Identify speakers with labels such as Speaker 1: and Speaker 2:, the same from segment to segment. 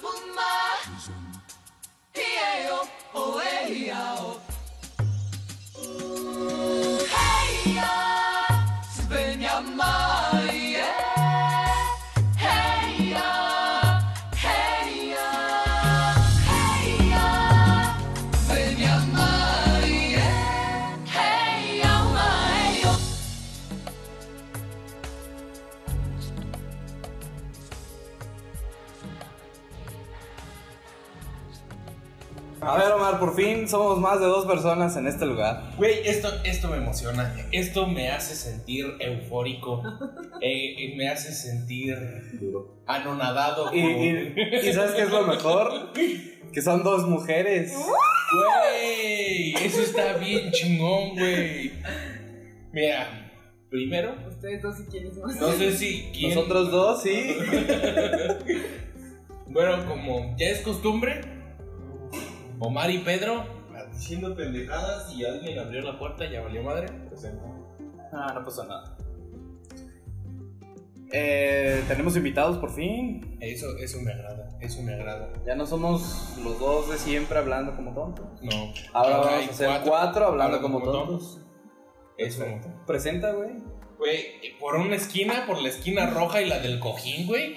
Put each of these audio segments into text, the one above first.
Speaker 1: puma e Hieo, oe, hiao Heia, svenya maie Heia, heia Heia, svenya maie Heia, maio
Speaker 2: A ver, Omar, por fin somos más de dos personas en este lugar.
Speaker 3: Güey, esto, esto me emociona. Esto me hace sentir eufórico. Eh, eh, me hace sentir anonadado.
Speaker 2: Y,
Speaker 3: como-
Speaker 2: y- y ¿sabes qué es lo mejor? Que son dos mujeres.
Speaker 3: Güey, eso está bien chingón, güey. Mira, primero,
Speaker 4: Ustedes dos si quieren más.
Speaker 3: no sé si quién-
Speaker 2: Nosotros dos, sí.
Speaker 3: Bueno, como ya es costumbre, Omar y Pedro diciendo pendejadas y alguien abrió la puerta, ya valió madre.
Speaker 2: Ah, no pasa nada. Eh, tenemos invitados por fin.
Speaker 3: Eso, eso me agrada, eso me agrada.
Speaker 2: Ya no somos los dos de siempre hablando como tontos.
Speaker 3: No.
Speaker 2: Ahora
Speaker 3: Ahora
Speaker 2: vamos
Speaker 3: hay
Speaker 2: a hacer cuatro,
Speaker 3: cuatro
Speaker 2: hablando
Speaker 3: hablando
Speaker 2: como,
Speaker 3: como
Speaker 2: tontos.
Speaker 3: Eso.
Speaker 2: Presenta, güey.
Speaker 3: Güey, por una esquina, por la esquina roja y la del cojín, güey.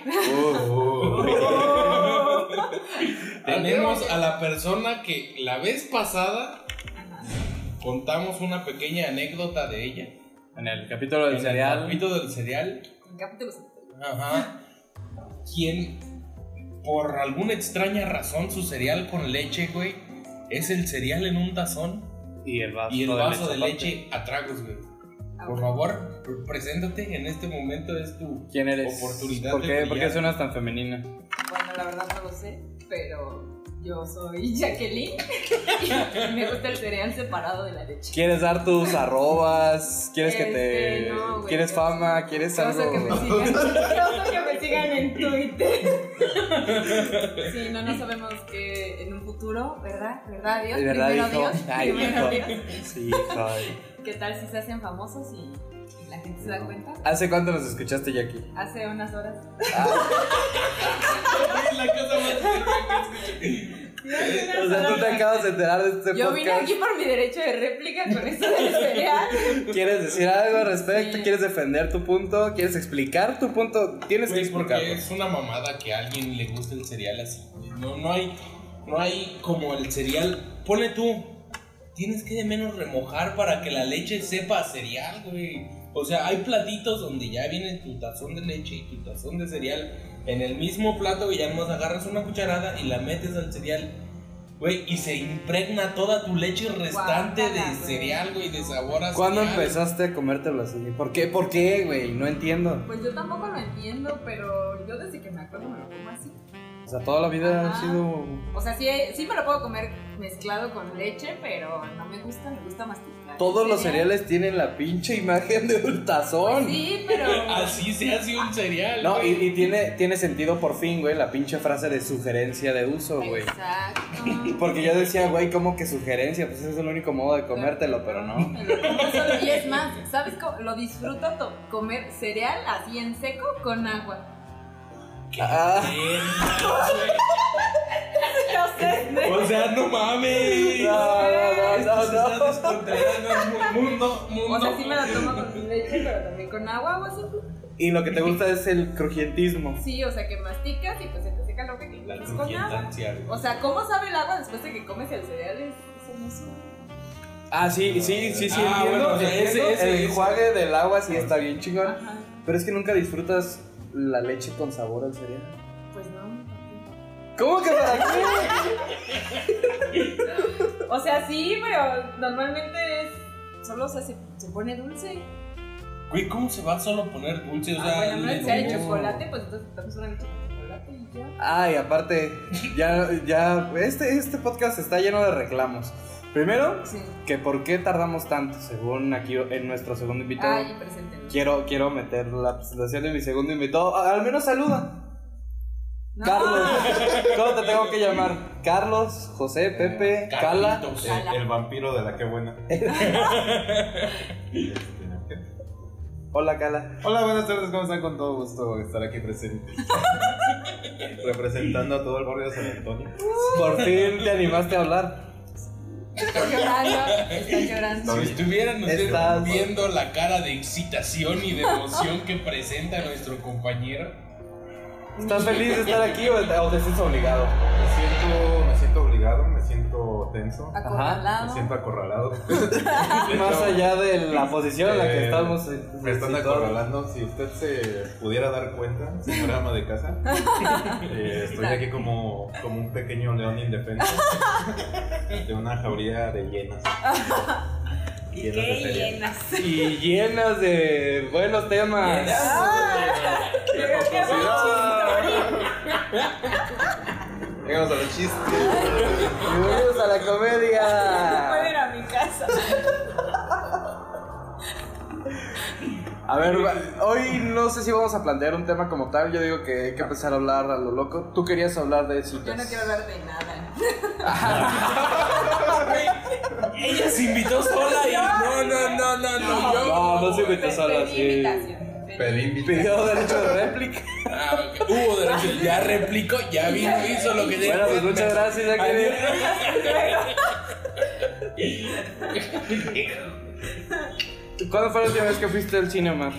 Speaker 3: Tenemos a la persona que la vez pasada contamos una pequeña anécdota de ella.
Speaker 2: en el capítulo
Speaker 3: En
Speaker 2: del cereal.
Speaker 3: El ámbito del cereal.
Speaker 4: En capítulos.
Speaker 3: Ajá. Quien, por alguna extraña razón, su cereal con leche, güey, es el cereal en un tazón
Speaker 2: Y el vaso,
Speaker 3: y el vaso de
Speaker 2: aparte.
Speaker 3: leche a tragos, güey. Por favor, pr- preséntate en este momento, es tu.
Speaker 2: ¿Quién eres?
Speaker 3: Oportunidad
Speaker 2: ¿Por
Speaker 3: de
Speaker 2: qué,
Speaker 3: brillar.
Speaker 2: ¿Por qué suenas tan femenina?
Speaker 4: Bueno, la verdad no lo sé, pero yo soy Jacqueline y me gusta el cereal separado de la leche.
Speaker 2: ¿Quieres dar tus arrobas? ¿Quieres que te.
Speaker 4: Este, no, güey,
Speaker 2: ¿Quieres
Speaker 4: yo-
Speaker 2: fama? ¿Quieres
Speaker 4: Yo uso
Speaker 2: algo?
Speaker 4: que me sigan, yo uso que me sigan en Twitter. Sí, no, no sabemos que en un futuro, ¿verdad? ¿Verdad, Dios?
Speaker 2: ¿De verdad,
Speaker 4: Primero
Speaker 2: hijo?
Speaker 4: Dios,
Speaker 2: Ay,
Speaker 4: primero
Speaker 2: hijo.
Speaker 4: Dios.
Speaker 2: Sí, joder.
Speaker 4: ¿Qué tal si se hacen famosos y la gente se da cuenta?
Speaker 2: ¿Hace cuánto nos escuchaste, Jackie?
Speaker 4: Hace unas horas.
Speaker 3: la cosa más
Speaker 4: Sí, hace unas
Speaker 2: O sea, tú
Speaker 4: horas.
Speaker 2: te acabas de enterar de este
Speaker 4: Yo vine
Speaker 2: podcast.
Speaker 4: aquí por mi derecho de réplica con esto del cereal.
Speaker 2: ¿Quieres decir algo al respecto?
Speaker 4: Sí.
Speaker 2: ¿Quieres defender tu punto? ¿Quieres explicar tu punto? Tienes que
Speaker 3: Güey, porque
Speaker 2: explicarlo.
Speaker 3: es una mamada que a alguien le guste el cereal así. güey. No, no hay, no hay como el cereal. Pone tú, tienes que de menos remojar para que la leche sepa a cereal, güey. O sea, hay platitos donde ya viene tu tazón de leche y tu tazón de cereal en el mismo plato y ya nomás agarras una cucharada y la metes al cereal, güey, y se impregna toda tu leche restante
Speaker 4: Guácala,
Speaker 3: de
Speaker 4: güey.
Speaker 3: cereal, güey, de sabor a
Speaker 2: ¿Cuándo
Speaker 3: cereal.
Speaker 2: empezaste a comértelo así? ¿Por qué? ¿Por qué, güey? No entiendo.
Speaker 4: Pues yo tampoco lo entiendo, pero yo desde que me acuerdo me lo como así.
Speaker 2: O sea, toda la vida ha
Speaker 4: Ajá.
Speaker 2: sido.
Speaker 4: O sea, sí, sí me lo puedo comer mezclado con leche, pero no me gusta, me gusta masticar.
Speaker 2: Todos los
Speaker 4: ¿Cereal?
Speaker 2: cereales tienen la pinche imagen de un tazón.
Speaker 4: Sí, pero.
Speaker 3: Así se hace un cereal.
Speaker 2: No, y,
Speaker 3: güey.
Speaker 2: y tiene, tiene sentido por fin, güey, la pinche frase de sugerencia de uso, güey.
Speaker 4: Exacto.
Speaker 2: Porque yo decía, güey, ¿cómo que sugerencia? Pues ese es el único modo de comértelo, pero no.
Speaker 4: Y es más, ¿sabes cómo? Lo disfruto to- comer cereal así en seco con agua.
Speaker 3: ¿Qué
Speaker 2: Ah.
Speaker 3: mierda, güey?
Speaker 4: No sé.
Speaker 3: O sea, no mames.
Speaker 2: No, no,
Speaker 3: Esto se
Speaker 2: no,
Speaker 3: está
Speaker 2: no.
Speaker 3: descontrolando el mu- mundo, mundo.
Speaker 4: O sea, sí me lo tomo con leche, pero también con agua o así.
Speaker 2: Y lo que te gusta es el crujientismo.
Speaker 4: Sí, o sea, que masticas y pues se te seca lo que
Speaker 3: La
Speaker 4: quieres con agua.
Speaker 3: crujientancia, güey.
Speaker 4: O sea, ¿cómo sabe el agua después de que comes el cereal? Es- Eso no sé.
Speaker 2: Ah, sí, sí, sí, sí.
Speaker 3: Ah,
Speaker 2: entiendo,
Speaker 3: bueno, o sea,
Speaker 2: entiendo.
Speaker 3: ese- ese-
Speaker 2: el
Speaker 3: ese.
Speaker 2: enjuague del agua sí está bien chingón.
Speaker 4: Ajá.
Speaker 2: Pero es que nunca disfrutas la leche con sabor al cereal.
Speaker 4: Pues no.
Speaker 2: ¿Cómo que para qué?
Speaker 4: O sea, sí, pero normalmente es. Solo se, hace- se pone dulce.
Speaker 3: Güey, ¿cómo se va a solo poner dulce? O
Speaker 4: Ah,
Speaker 3: sea,
Speaker 4: bueno, no
Speaker 3: le-
Speaker 4: si hay
Speaker 2: no.
Speaker 4: chocolate, pues entonces estamos una leche con chocolate y ya.
Speaker 2: Ay, aparte, ya, ya, este, este podcast está lleno de reclamos. Primero,
Speaker 4: Sí.
Speaker 2: que por qué tardamos tanto, según aquí en nuestro segundo invitado.
Speaker 4: Ay, presente.
Speaker 2: Quiero, quiero meter la presentación de mi segundo invitado. Ah, Al menos saluda.
Speaker 4: No.
Speaker 2: Carlos. ¿Cómo te tengo que llamar? Carlos, José, Pepe, Cala. Eh,
Speaker 3: Carlitos.
Speaker 4: Cala.
Speaker 5: El vampiro de la que buena.
Speaker 2: Hola, Cala.
Speaker 5: Hola, buenas tardes, ¿cómo están? Con todo gusto estar aquí presente. Representando a todo el barrio de San Antonio.
Speaker 2: Por fin te animaste a hablar.
Speaker 4: Está llorando, está llorando.
Speaker 3: Si estuvieran ustedes
Speaker 2: Estás-
Speaker 3: viendo la cara de excitación y de emoción que presenta nuestro compañero,
Speaker 2: ¿Estás feliz de estar aquí o te, o te sientes obligado?
Speaker 5: Me siento, me siento obligado, me siento tenso, me
Speaker 4: Acorralado.
Speaker 5: siento acorralado.
Speaker 2: Más allá de la posición en la que
Speaker 5: Eh,
Speaker 2: estamos.
Speaker 5: Me están
Speaker 2: situados.
Speaker 5: acorralando. Si usted se pudiera dar cuenta, señora ama de casa, eh, estoy aquí como, como un pequeño león indefenso de una jauría de hienas.
Speaker 4: ¿Y
Speaker 5: Llenas de
Speaker 4: qué
Speaker 5: feria.
Speaker 4: llenas?
Speaker 2: Y llenas de buenos temas.
Speaker 4: Pero qué
Speaker 5: Llegamos a los chistes.
Speaker 2: Bienvenidos a la
Speaker 4: Puedo ir
Speaker 2: comedia.
Speaker 4: a mi casa.
Speaker 2: A ver, va- hoy no sé si vamos a plantear un tema como tal. Yo digo que hay que empezar a hablar a lo loco. Tú querías hablar de citas.
Speaker 4: Yo no quiero hablar de nada.
Speaker 3: ella se invitó sola y no, no, no, no, no, yo.
Speaker 2: No, no se invitó
Speaker 4: Pedí
Speaker 2: sola, sí.
Speaker 4: invitación. pedí
Speaker 5: Pedí
Speaker 2: Pidió derecho de réplica.
Speaker 3: Ah, ok. Hubo derecho, ya replicó, ya vi- hizo lo que
Speaker 2: Bueno, pues muchas gracias, ya que ¿Cuándo fue la última vez que fuiste al cine, Omar?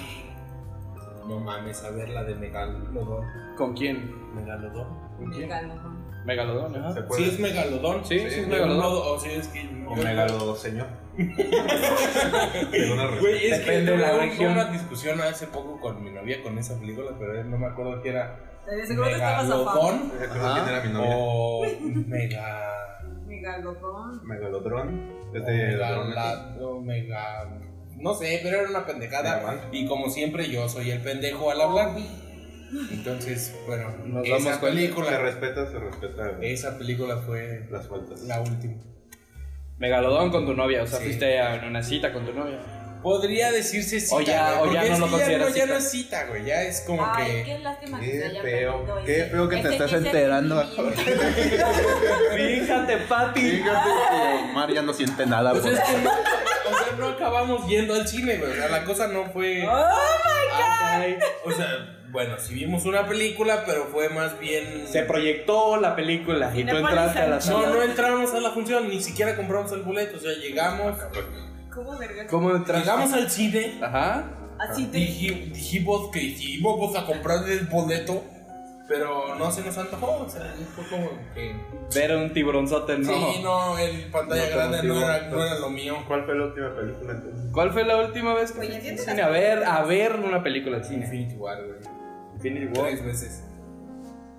Speaker 3: No mames, a ver la de Megalodón.
Speaker 2: ¿Con quién?
Speaker 3: ¿Megalodón?
Speaker 2: ¿Con
Speaker 4: el
Speaker 2: quién?
Speaker 4: galón.
Speaker 2: Megalodón,
Speaker 5: ¿Se
Speaker 2: ajá.
Speaker 3: Sí,
Speaker 5: acuerdan?
Speaker 3: es Megalodón.
Speaker 2: Sí, sí, es
Speaker 3: de un
Speaker 2: Megalodón.
Speaker 3: modo- O sea, es que.
Speaker 5: O megalo señor. De una respuesta.
Speaker 3: Güey, es que
Speaker 2: Depende de la
Speaker 3: tuve un-
Speaker 2: región.
Speaker 3: una discusión hace poco con mi novia con esa película, pero no me acuerdo que era
Speaker 4: De seguro te estabas afán.
Speaker 3: Megalodón
Speaker 5: ¿Se acuerdan quién era mi novia?
Speaker 3: o Mega.
Speaker 4: Mi galopón.
Speaker 5: Megalodrón. Es de
Speaker 3: Oh,
Speaker 5: ladrones.
Speaker 3: Megalado, mega. No sé, pero era una pendejada.
Speaker 5: Megaman.
Speaker 3: Y como siempre, yo soy el pendejo al hablar. Entonces, bueno,
Speaker 2: Nos damos cuenta.
Speaker 3: esa
Speaker 5: Se
Speaker 3: película,
Speaker 5: respeta, se respeta
Speaker 3: esa película fue
Speaker 5: las vueltas.
Speaker 3: la última.
Speaker 2: Megalodón con tu novia, o sea,
Speaker 3: Sí.
Speaker 2: fuiste a una cita con tu novia.
Speaker 3: Podría decirse cita.
Speaker 2: O ya-
Speaker 3: güey,
Speaker 2: o ya
Speaker 3: porque
Speaker 2: no
Speaker 3: es
Speaker 2: lo
Speaker 3: que
Speaker 2: consideras
Speaker 3: ya no, ya
Speaker 2: cita.
Speaker 3: no es cita, güey. Ya es como
Speaker 4: Ay,
Speaker 3: que.
Speaker 4: qué lástima que
Speaker 5: Qué
Speaker 4: se haya
Speaker 5: feo,
Speaker 4: perdido
Speaker 5: qué
Speaker 4: ese-
Speaker 5: feo que te
Speaker 4: ese-
Speaker 5: estás
Speaker 4: ese
Speaker 5: enterando.
Speaker 4: sentimiento.
Speaker 2: Fíjate, Ah, papi.
Speaker 5: Fíjate que Omar ya no siente nada.
Speaker 3: Pues
Speaker 5: por-
Speaker 3: es que no, o sea, no acabamos yendo al cine, güey. O sea, la cosa no fue. Ah,
Speaker 2: Ay,
Speaker 3: O sea, bueno, sí vimos una película, pero fue más bien.
Speaker 2: Se proyectó la película y tú
Speaker 4: Cinépolis
Speaker 2: entraste a la
Speaker 4: Sancho.
Speaker 3: No,
Speaker 2: sala.
Speaker 3: no entramos a la función, ni siquiera compramos el boleto, o sea, llegamos,
Speaker 4: ¿Cómo verga?
Speaker 2: ¿Cómo entraste?
Speaker 3: llegamos al cine,
Speaker 2: Ajá.
Speaker 4: Así te.
Speaker 3: dij- dijimos que íbamos a comprar el boleto, pero no se nos antojó, o sea, fue como que...
Speaker 2: Ver un tiburonzote, no. pues.
Speaker 3: Sí, no, el pantalla
Speaker 5: No te
Speaker 3: grande no
Speaker 5: motivó,
Speaker 3: era, no era
Speaker 5: entonces.
Speaker 3: lo mío.
Speaker 5: ¿Cuál fue la última película entonces?
Speaker 2: ¿Cuál fue la última vez que
Speaker 4: Oye,
Speaker 2: fuiste al
Speaker 4: ¿entiendes
Speaker 2: cine?
Speaker 4: las
Speaker 2: A ver, a
Speaker 4: películas?
Speaker 2: ver una película al cine.
Speaker 3: Infinity War, güey.
Speaker 2: Infinity War.
Speaker 3: Tres veces.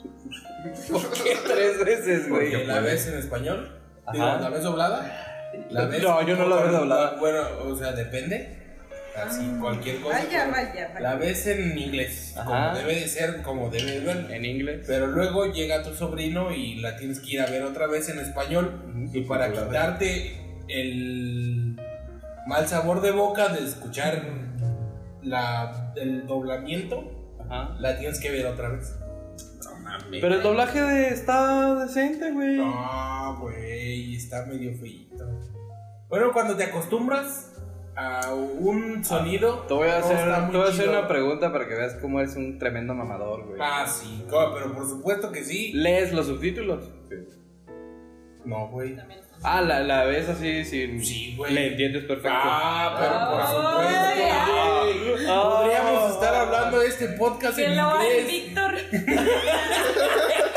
Speaker 2: ¿Por qué tres veces, güey?
Speaker 3: Porque la ves en español,
Speaker 2: pues, Ajá.
Speaker 3: digo, la ves doblada, la ves...
Speaker 2: No, yo no la veo doblada.
Speaker 3: Bueno, o sea, depende. Así, cualquier cosa.
Speaker 4: Vaya, vaya,
Speaker 3: La
Speaker 4: vaya.
Speaker 3: ves en inglés,
Speaker 2: Ajá.
Speaker 3: como debe de ser, como debe de ver.
Speaker 2: En inglés.
Speaker 3: Pero luego llega tu sobrino y la tienes que ir a ver otra vez en español. Y para quitarte el mal sabor de boca de escuchar la, el doblamiento,
Speaker 2: Ajá.
Speaker 3: la tienes que ver otra vez.
Speaker 2: Pero el doblaje de- está decente, güey.
Speaker 3: No, güey, está medio feíto. Bueno, cuando te acostumbras a un sonido,
Speaker 2: Te voy a
Speaker 3: no
Speaker 2: hacer,
Speaker 3: está muy
Speaker 2: te voy a hacer
Speaker 3: chido.
Speaker 2: una pregunta para que veas cómo eres un tremendo mamador, güey.
Speaker 3: Ah, sí, co- pero por supuesto que sí.
Speaker 2: ¿Lees los subtítulos?
Speaker 3: No, güey.
Speaker 4: También está-
Speaker 2: Ah, la, la ves así sin...
Speaker 3: Sí, güey.
Speaker 2: Le entiendes perfecto.
Speaker 3: Ah, pero por
Speaker 4: Ah,
Speaker 3: supuesto. güey.
Speaker 2: Ah.
Speaker 3: Podríamos estar hablando de este podcast
Speaker 4: Que
Speaker 3: en
Speaker 4: lo hace
Speaker 3: inglés.
Speaker 4: Víctor.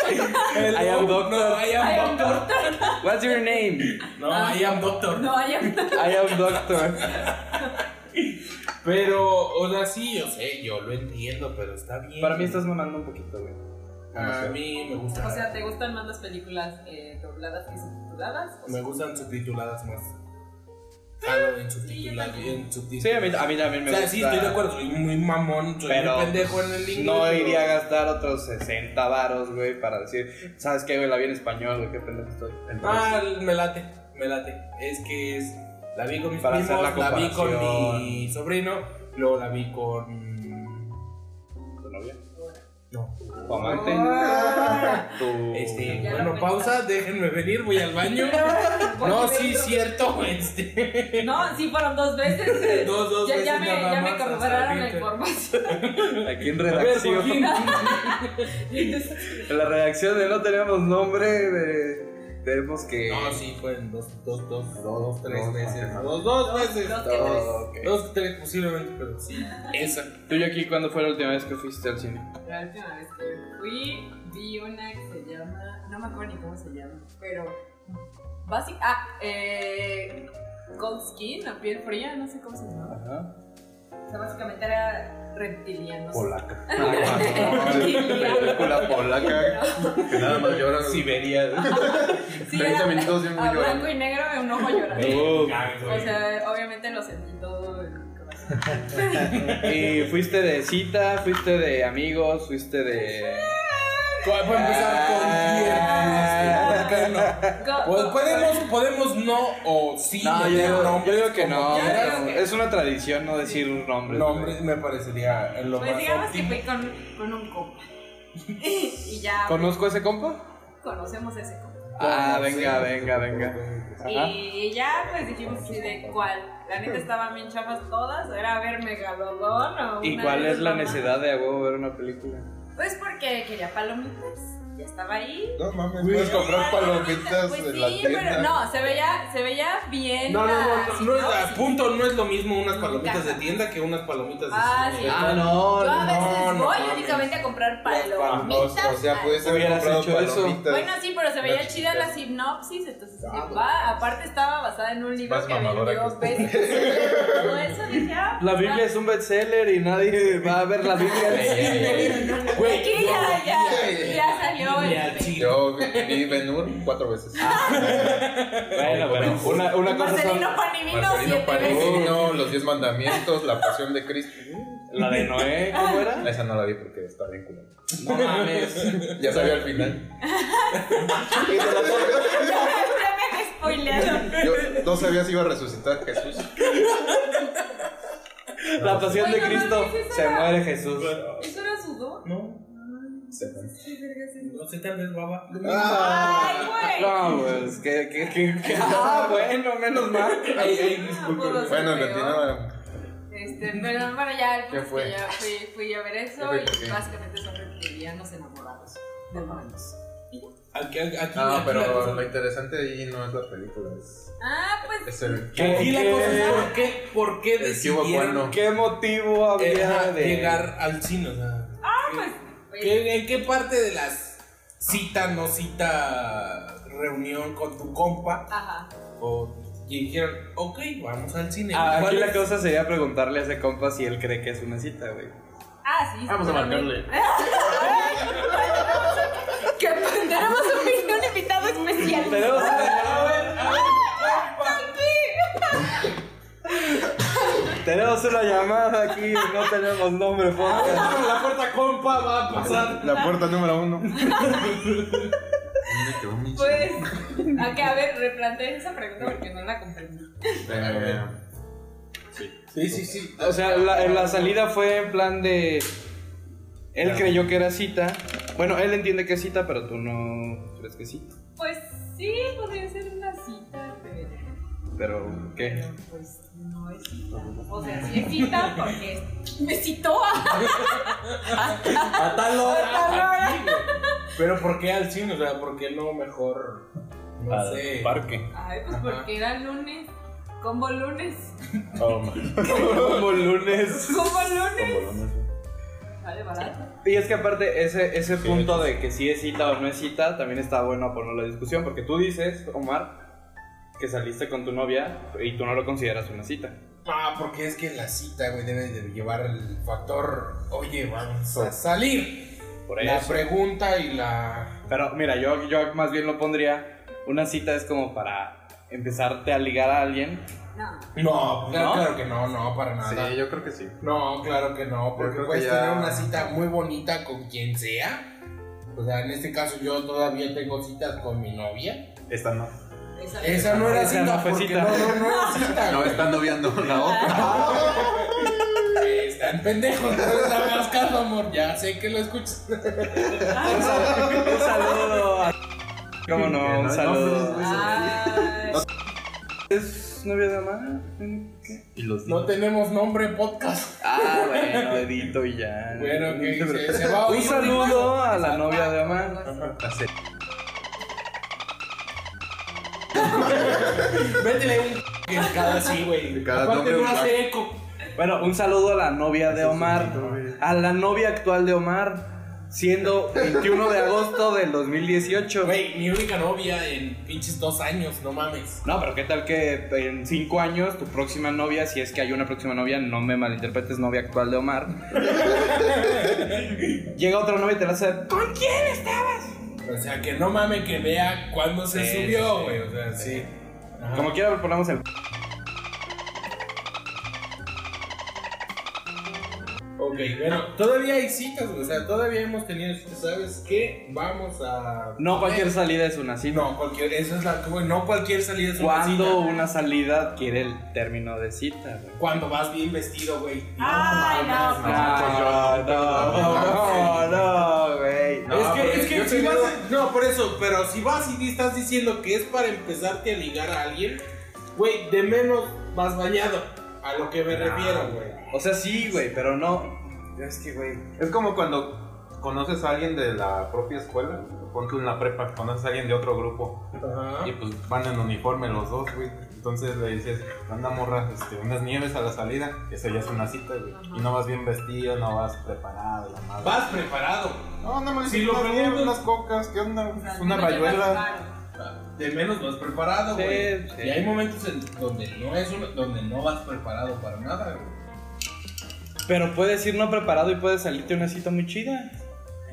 Speaker 2: I am
Speaker 3: No,
Speaker 2: doctor.
Speaker 3: I
Speaker 4: Ay,
Speaker 3: am doctor.
Speaker 4: doctor.
Speaker 2: What's your name?
Speaker 3: No, I am doctor.
Speaker 4: No, hay
Speaker 2: I am doctor.
Speaker 3: Pero, o sea, sí, yo sé, yo lo entiendo, pero está bien.
Speaker 2: Para mí estás mamando un poquito, güey.
Speaker 3: A mí me gusta.
Speaker 4: O sea, ¿te gustan más las películas eh, dobladas que subtituladas? O
Speaker 3: me gustan subtituladas más. Jalo en subtitulado
Speaker 4: Ah, también.
Speaker 3: en subtitulado.
Speaker 2: Sí, a mí, a mí también me
Speaker 3: o sea,
Speaker 2: gusta.
Speaker 3: sí, estoy de acuerdo, soy muy mamón, soy
Speaker 2: Pero pues,
Speaker 3: muy pendejo en el inglés.
Speaker 2: No
Speaker 3: pero-
Speaker 2: iría a gastar otros 60 varos, güey, para decir, ¿sabes qué, güey? La vi en español, güey, qué pendejo estoy.
Speaker 3: Ah, me late, me late. Es que es. La vi con mis
Speaker 2: Para hacer
Speaker 3: primos, la,
Speaker 2: la
Speaker 3: vi con
Speaker 2: comparación.
Speaker 3: mi sobrino, luego la vi con.
Speaker 2: ¿Tu novia?
Speaker 3: No.
Speaker 2: ¿Tu amante?
Speaker 4: Ah. ahora.
Speaker 3: Este,
Speaker 4: Ya lo
Speaker 3: bueno,
Speaker 4: pensaba.
Speaker 3: pausa, déjenme venir, voy al baño. No, sí, cierto, este.
Speaker 4: No, sí fueron dos veces.
Speaker 3: Dos, dos
Speaker 4: ya,
Speaker 3: veces
Speaker 4: ya me,
Speaker 3: nada
Speaker 4: ya me
Speaker 3: más hasta
Speaker 4: corroboraron la
Speaker 3: ahorita.
Speaker 4: información.
Speaker 2: Aquí en
Speaker 3: A ver,
Speaker 2: redacción.
Speaker 3: Joaquín.
Speaker 2: En la redacción de no tenemos nombre, de- tenemos que.
Speaker 3: No, sí, fueron dos, dos, dos, dos, tres
Speaker 2: dos,
Speaker 3: veces.
Speaker 2: ajá.
Speaker 3: Dos, dos veces.
Speaker 4: Dos, que tres.
Speaker 2: Oh, ok.
Speaker 3: Dos, tres, posiblemente, pero sí. Esa.
Speaker 2: ¿Tú y aquí cuándo fue la última vez que fuiste al cine?
Speaker 4: La última vez que yo fui, vi una que se llama. No me acuerdo ni cómo se llama, pero. Básica. Ah, eh. Cold skin, la piel fría, no sé cómo se llama.
Speaker 2: Ajá.
Speaker 4: O sea, básicamente era reptilianos.
Speaker 5: Polaca.
Speaker 2: Película polaca.
Speaker 5: Que nada más lloran.
Speaker 2: Siberia.
Speaker 4: Sí,
Speaker 2: 30
Speaker 4: era
Speaker 2: minutos de un
Speaker 4: a
Speaker 2: llorando.
Speaker 4: blanco y negro en un ojo llorando.
Speaker 2: Oh.
Speaker 4: O sea, obviamente lo sentí todo el corazón.
Speaker 2: ¿Y Eh, fuiste de cita? ¿Fuiste de amigos? ¿Fuiste de.?
Speaker 3: ¿Cuál va a empezar con quién? Este, ¿por qué no?
Speaker 4: Go-
Speaker 3: Pues podemos, podemos no o sí.
Speaker 2: No, yo
Speaker 3: meter
Speaker 2: digo, yo
Speaker 3: nombres
Speaker 2: digo que
Speaker 3: como
Speaker 2: no.
Speaker 4: Yo
Speaker 3: quieras.
Speaker 4: digo que-
Speaker 2: Es una tradición no decir nombres.
Speaker 3: Nombres me parecería lo
Speaker 4: Pues
Speaker 3: más
Speaker 4: digamos que
Speaker 3: óptimo.
Speaker 4: fui con, con un compa. y ya
Speaker 2: ¿Conozco a ese compa?
Speaker 4: conocemos ese compa.
Speaker 2: Ah,
Speaker 3: Sí.
Speaker 2: venga, venga, venga. Ajá.
Speaker 4: Y ya pues dijimos así de cuál. La neta estaban bien chafas todas. Era ver Megalodón o.
Speaker 2: ¿Y
Speaker 4: una
Speaker 2: cuál
Speaker 4: de
Speaker 2: es la
Speaker 4: esas
Speaker 2: necesidad de a huevo ver una película?
Speaker 4: mamadas. Pues porque quería palomitas. Ya estaba ahí.
Speaker 5: No mames,
Speaker 3: Güey,
Speaker 5: puedes comprar palomitas
Speaker 4: Pues
Speaker 5: en la
Speaker 4: sí,
Speaker 5: tienda.
Speaker 4: pero no, se veía, se veía bien.
Speaker 3: No, no, no, no,
Speaker 4: así,
Speaker 3: no, es-
Speaker 4: Sí.
Speaker 3: a punto no es lo mismo unas
Speaker 4: Nunca.
Speaker 3: palomitas de tienda que unas palomitas de
Speaker 4: Ah,
Speaker 3: cine.
Speaker 4: sí.
Speaker 2: Ah, no,
Speaker 4: Yo a
Speaker 2: no.
Speaker 4: veces
Speaker 3: no,
Speaker 4: voy
Speaker 3: no,
Speaker 4: únicamente a comprar
Speaker 5: O,
Speaker 4: palomitas.
Speaker 5: o sea, puedes haber
Speaker 2: Hubieras
Speaker 5: comprado
Speaker 2: hecho eso.
Speaker 5: palomitas.
Speaker 4: Bueno, sí, pero se veía
Speaker 5: Las
Speaker 4: chida la
Speaker 5: chicas.
Speaker 4: sinopsis, entonces dije,
Speaker 5: Ah,
Speaker 4: va, aparte estaba basada en un libro
Speaker 5: Más
Speaker 4: que
Speaker 5: mamadora
Speaker 4: vendió
Speaker 5: que
Speaker 4: veces. Todo eso dije, ah,
Speaker 2: La
Speaker 4: pues,
Speaker 2: Biblia es un bestseller y nadie va a ver la Biblia. al
Speaker 3: Eh,
Speaker 2: cine.
Speaker 4: va. Aquí ya, ya, ya salió el-
Speaker 3: Ya, sí.
Speaker 5: Yo vi Benur cuatro veces.
Speaker 4: Ah,
Speaker 2: Bueno, pero una, una cosa son
Speaker 4: Marcelino Panivino
Speaker 5: Marcelino
Speaker 4: siete veces.
Speaker 5: Panino, Los Diez Mandamientos, La Pasión de Cristo. Mm.
Speaker 2: la de Noé, ¿cómo era?
Speaker 5: Esa no la vi porque está bien culera.
Speaker 2: No mames.
Speaker 5: Ya sabía al final.
Speaker 4: Ya me han spoileado.
Speaker 5: Yo no sabía si iba a resucitar Jesús.
Speaker 2: La pasión de
Speaker 4: Bueno,
Speaker 2: Cristo
Speaker 4: mames, esa
Speaker 2: se
Speaker 4: era-
Speaker 2: muere Jesús.
Speaker 4: ¿Eso era sudor?
Speaker 3: No, no sé, tal vez baba.
Speaker 4: Ay, güey.
Speaker 2: No, pues, que, que, que, que- Ah, bueno, menos mal.
Speaker 3: Ay, ay,
Speaker 4: Ah,
Speaker 3: disculpe.
Speaker 4: pues,
Speaker 5: Bueno,
Speaker 4: peor.
Speaker 5: continúa.
Speaker 4: Este, pero bueno, ya el punto
Speaker 5: ¿Qué
Speaker 4: es que
Speaker 5: fue?
Speaker 4: ya fui, fui a ver
Speaker 5: ¿Qué
Speaker 4: eso
Speaker 5: fue?
Speaker 4: y
Speaker 5: ¿Qué?
Speaker 4: básicamente son reptilianos enamorados de humanos.
Speaker 3: Aquí, aquí, aquí
Speaker 5: No,
Speaker 3: la
Speaker 5: pero
Speaker 3: cosa-
Speaker 5: lo interesante ahí no es la película, es,
Speaker 4: Ah, pues
Speaker 5: es el.
Speaker 3: que aquí la
Speaker 2: ¿Qué?
Speaker 3: cosa es por qué, por qué
Speaker 5: El que hubo
Speaker 3: decidieron
Speaker 5: cuando.
Speaker 2: ¿Qué motivo
Speaker 3: eh,
Speaker 2: había
Speaker 3: ajá,
Speaker 2: de
Speaker 3: llegar al cine? O sea,
Speaker 4: pues, pues,
Speaker 3: ¿qué- ¿En qué parte de las cita, no cita, reunión con tu compa?
Speaker 4: ajá.
Speaker 3: O y dijeron, ok, vamos al cine.
Speaker 2: Ah, aquí
Speaker 3: ¿Cuál
Speaker 2: la
Speaker 3: es?
Speaker 2: cosa sería preguntarle a ese compa si él cree que es una cita, güey.
Speaker 4: Ah, sí.
Speaker 5: Vamos a
Speaker 4: seguramente. que tendremos un, un invitado especial.
Speaker 2: Tenemos a ver, Tenemos una llamada aquí, no tenemos nombre, podcast.
Speaker 3: la puerta compa va a pasar.
Speaker 5: La puerta número uno.
Speaker 4: Pues, ok, a ver, replanteen esa pregunta porque no la comprendí.
Speaker 5: Eh,
Speaker 3: Sí, sí, sí.
Speaker 2: O sea, la, la salida fue en plan de. Él creyó que era cita. Bueno, él entiende que es cita, pero tú no crees que es cita.
Speaker 4: Pues sí, podría ser una cita, pero.
Speaker 2: Pero, ¿qué?
Speaker 4: Pero pues no es cita. O sea, sí es cita porque me citó a.
Speaker 3: A tal hora.
Speaker 4: A tal hora.
Speaker 3: aquí, güey. Pero ¿por qué al cine? O sea, ¿por qué no mejor? No
Speaker 5: al
Speaker 3: sé.
Speaker 5: parque.
Speaker 4: Ay, pues porque era lunes. Combo lunes.
Speaker 5: Oh,
Speaker 2: Como lunes.
Speaker 4: Combo lunes.
Speaker 5: Como
Speaker 4: Vale, barato.
Speaker 2: Y es que aparte, ese, ese
Speaker 5: Sí,
Speaker 2: punto de que si es cita o no es cita, también está bueno ponerlo a discusión, porque tú dices, Omar, que saliste con tu novia y tú no lo consideras una cita.
Speaker 3: Ah, porque es que la cita, güey, debe de llevar el factor, oye, vamos a salir.
Speaker 2: Por
Speaker 3: La
Speaker 2: eso.
Speaker 3: pregunta y la...
Speaker 2: Pero mira, yo, yo más bien lo pondría, una cita es como para empezarte a ligar a alguien.
Speaker 4: No.
Speaker 3: No, claro,
Speaker 2: ¿No?
Speaker 3: claro que no, no, para nada.
Speaker 5: Sí, yo creo que sí.
Speaker 3: No, claro que no, porque
Speaker 5: creo que
Speaker 3: puedes
Speaker 5: ya-
Speaker 3: tener una cita muy bonita con quien sea. O sea, en este caso yo todavía tengo citas con mi novia.
Speaker 5: Esta no.
Speaker 4: Esa
Speaker 3: Esa no era
Speaker 2: Esa
Speaker 3: cita,
Speaker 2: no fue
Speaker 3: porque
Speaker 2: cita.
Speaker 3: no, no, no era cita.
Speaker 5: No,
Speaker 3: güey.
Speaker 5: están noviando la otra.
Speaker 3: Eh, Están pendejos, no les hagas caso, amor. Ya sé que lo escuchas.
Speaker 2: Esa, ¿Cómo no?
Speaker 5: no,
Speaker 2: Un
Speaker 5: no,
Speaker 2: saludo.
Speaker 5: no, no,
Speaker 4: Ay,
Speaker 2: ¿Es novia de mamá? ¿Qué?
Speaker 5: Y los
Speaker 3: No tenemos nombre podcast.
Speaker 2: Ah, bueno, edito y ya.
Speaker 3: Bueno, que
Speaker 2: No te
Speaker 3: se,
Speaker 2: preocupes.
Speaker 3: se va a
Speaker 2: Un
Speaker 3: oír.
Speaker 2: saludo a la novia de Omar.
Speaker 3: Métele un en cada sí, güey.
Speaker 5: Cada
Speaker 3: Aparte
Speaker 5: Ah, nombre
Speaker 3: no
Speaker 5: un
Speaker 3: hace eco.
Speaker 2: Bueno, un saludo a la novia de Omar. A la novia actual de Omar. Siendo 21 de agosto del 2018.
Speaker 3: Güey, mi única novia en pinches dos años, no mames.
Speaker 2: No, pero qué tal que en cinco años tu próxima novia, si es que hay una próxima novia, no me malinterpretes, novia actual de Omar. Llega otra novia y te la hace. ¿Con quién estabas?
Speaker 3: O sea, que no mames que vea cuándo se
Speaker 2: Sí, sí,
Speaker 3: subió, güey. O sea, sí. Ajá.
Speaker 2: Como quiera, ponemos el.
Speaker 3: Ok, bueno, todavía hay citas, güey. O sea, todavía hemos tenido citas. ¿Sabes qué? Vamos a. Eh,
Speaker 2: No cualquier salida es una cita.
Speaker 3: No, cualquier. Eso es la. güey, no cualquier salida es una cita.
Speaker 2: Cuando una salida adquiere el término de cita, güey?
Speaker 3: Cuando vas bien vestido, güey.
Speaker 4: Ay, no,
Speaker 3: mames,
Speaker 2: No,
Speaker 4: pues,
Speaker 2: no, no, no, güey.
Speaker 5: No,
Speaker 3: es que,
Speaker 5: porque
Speaker 3: es que
Speaker 5: yo
Speaker 3: si
Speaker 5: te
Speaker 3: vas.
Speaker 5: digo-
Speaker 3: No, por eso, pero si vas y estás diciendo que es para empezarte a ligar a alguien, güey, de menos vas bañado. A lo que me refiero, güey.
Speaker 2: O sea, sí, güey, pero no. Es que, güey.
Speaker 5: Es como cuando conoces a alguien de la propia escuela, ponte en la prepa, conoces a alguien de otro grupo
Speaker 3: Ajá.
Speaker 5: y pues van en uniforme los dos, güey. Entonces le dices, anda morra, este, unas nieves a la salida, eso ya es una cita, güey.
Speaker 4: Ajá.
Speaker 5: Y no vas bien vestido, no vas preparado, la madre.
Speaker 3: Vas preparado.
Speaker 5: No, no me
Speaker 3: Si lo
Speaker 5: unas nieves,
Speaker 3: preguntas-
Speaker 5: unas cocas, ¿qué onda?
Speaker 4: pues,
Speaker 5: Una
Speaker 4: no te
Speaker 5: rayuela.
Speaker 4: vas
Speaker 3: De menos vas preparado,
Speaker 2: Sí,
Speaker 3: güey.
Speaker 2: sí.
Speaker 3: Y hay momentos en donde no es un- donde no vas preparado para nada, güey.
Speaker 2: Pero puedes ir no preparado y puedes salirte una cita muy chida.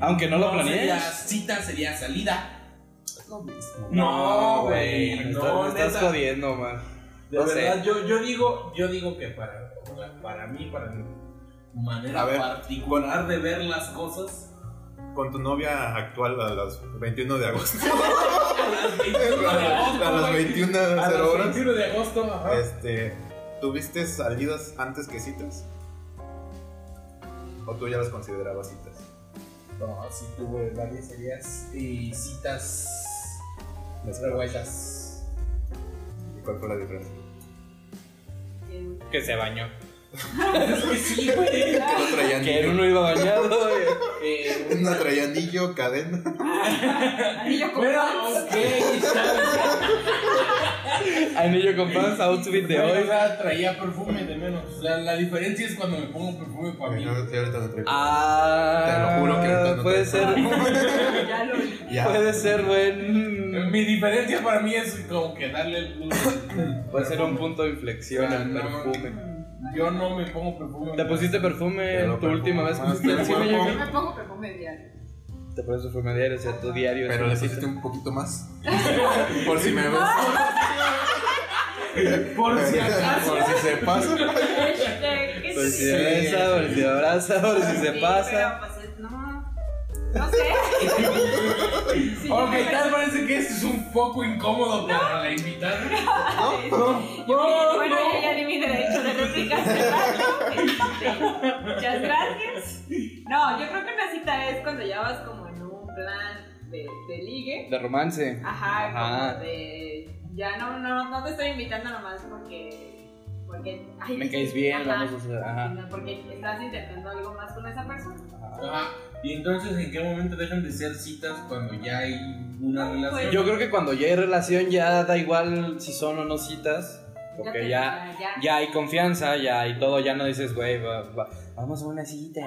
Speaker 2: Aunque no lo
Speaker 3: Sería
Speaker 2: planees.
Speaker 3: cita, sería salida.
Speaker 2: Me
Speaker 3: No,
Speaker 2: estás, me estás
Speaker 3: neta.
Speaker 2: jodiendo, man.
Speaker 3: De
Speaker 2: No
Speaker 3: verdad, yo, yo digo, yo digo que para, o sea, para mí, para mi manera
Speaker 5: A ver.
Speaker 3: particular de ver las cosas,
Speaker 5: Con tu novia actual a las 21 de agosto.
Speaker 3: a las 21 de agosto,
Speaker 5: a las
Speaker 3: güey.
Speaker 5: 21
Speaker 3: A las
Speaker 5: cero horas.
Speaker 3: 21 de agosto, ajá.
Speaker 5: Este, ¿tuviste salidas antes que citas? ¿O tú ya las considerabas citas?
Speaker 3: No, sí tuve varias serías y citas revueltas.
Speaker 5: ¿Y cuál fue la diferencia?
Speaker 4: preparar.
Speaker 2: Que se bañó.
Speaker 3: Es que sí, güey.
Speaker 5: No traía
Speaker 2: Que en uno iba bañado, güey.
Speaker 3: Eh,
Speaker 5: No traía anillo, cadena.
Speaker 4: Anillo con
Speaker 3: Pero,
Speaker 4: pants.
Speaker 3: ok, ¿sabes?
Speaker 2: Anillo con pants, outfit de
Speaker 3: Bueno, o
Speaker 2: hoy.
Speaker 3: sea, traía perfume de menos. O sea, la diferencia es cuando me pongo perfume para mí.
Speaker 5: No, sí, ahorita no traigo.
Speaker 2: Ah,
Speaker 5: Te lo juro que ahorita no
Speaker 2: puede
Speaker 5: traigo.
Speaker 2: ser,
Speaker 4: Ya lo vi.
Speaker 5: Ya.
Speaker 2: puede ser buen,
Speaker 3: Mi diferencia para mí es como que darle el plus.
Speaker 2: puede ser un punto de inflexión el
Speaker 3: Ah, no.
Speaker 2: perfume.
Speaker 3: Yo no me pongo perfume.
Speaker 2: ¿Te pusiste perfume
Speaker 5: Te lo
Speaker 2: tu última vez que pusiste el
Speaker 5: perfumaste.
Speaker 2: cine?
Speaker 4: Yo
Speaker 2: Yogi?
Speaker 4: me pongo perfume diario.
Speaker 2: Te pones perfume diario, o sea, tu diario. es
Speaker 5: Pero
Speaker 2: una
Speaker 5: le
Speaker 2: cita.
Speaker 5: pusiste un poquito más. Por si me ves.
Speaker 3: Ah, Por si acaso.
Speaker 5: Por si se pasa.
Speaker 4: Hashtag, Este, ¿qué
Speaker 2: Por Pues si
Speaker 4: es?
Speaker 2: se besa, por si se abraza, por si se
Speaker 4: Sí,
Speaker 2: pasa.
Speaker 4: pero, pues, No, no sé. Sí,
Speaker 3: Ok,
Speaker 4: pero-
Speaker 3: tal parece que esto es un poco incómodo para la invitada.
Speaker 5: ¿No?
Speaker 3: No,
Speaker 4: Yo-
Speaker 3: no,
Speaker 4: bueno,
Speaker 3: no.
Speaker 4: yo ya di mi derecho de réplica hace rato. Este, Muchas gracias. No, yo creo que una cita es cuando ya vas como en un plan de, de ligue.
Speaker 2: De romance.
Speaker 4: Ajá,
Speaker 2: Ajá.
Speaker 4: como de. Ya no, no, no te estoy invitando nomás porque. porque ay,
Speaker 2: Me caes bien,
Speaker 4: ajá,
Speaker 2: vamos a hacer. Ajá.
Speaker 4: sino Porque estás intentando algo más con esa persona.
Speaker 3: Ajá. Y entonces, ¿en qué momento dejan de ser citas cuando ya hay una
Speaker 4: Pues,
Speaker 3: relación?
Speaker 2: Yo creo que cuando ya hay relación ya da igual si son o no citas, porque
Speaker 4: te-
Speaker 2: ya,
Speaker 4: ya.
Speaker 2: ya hay confianza, ya hay todo, ya no dices, güey, va- va- vamos a una cita.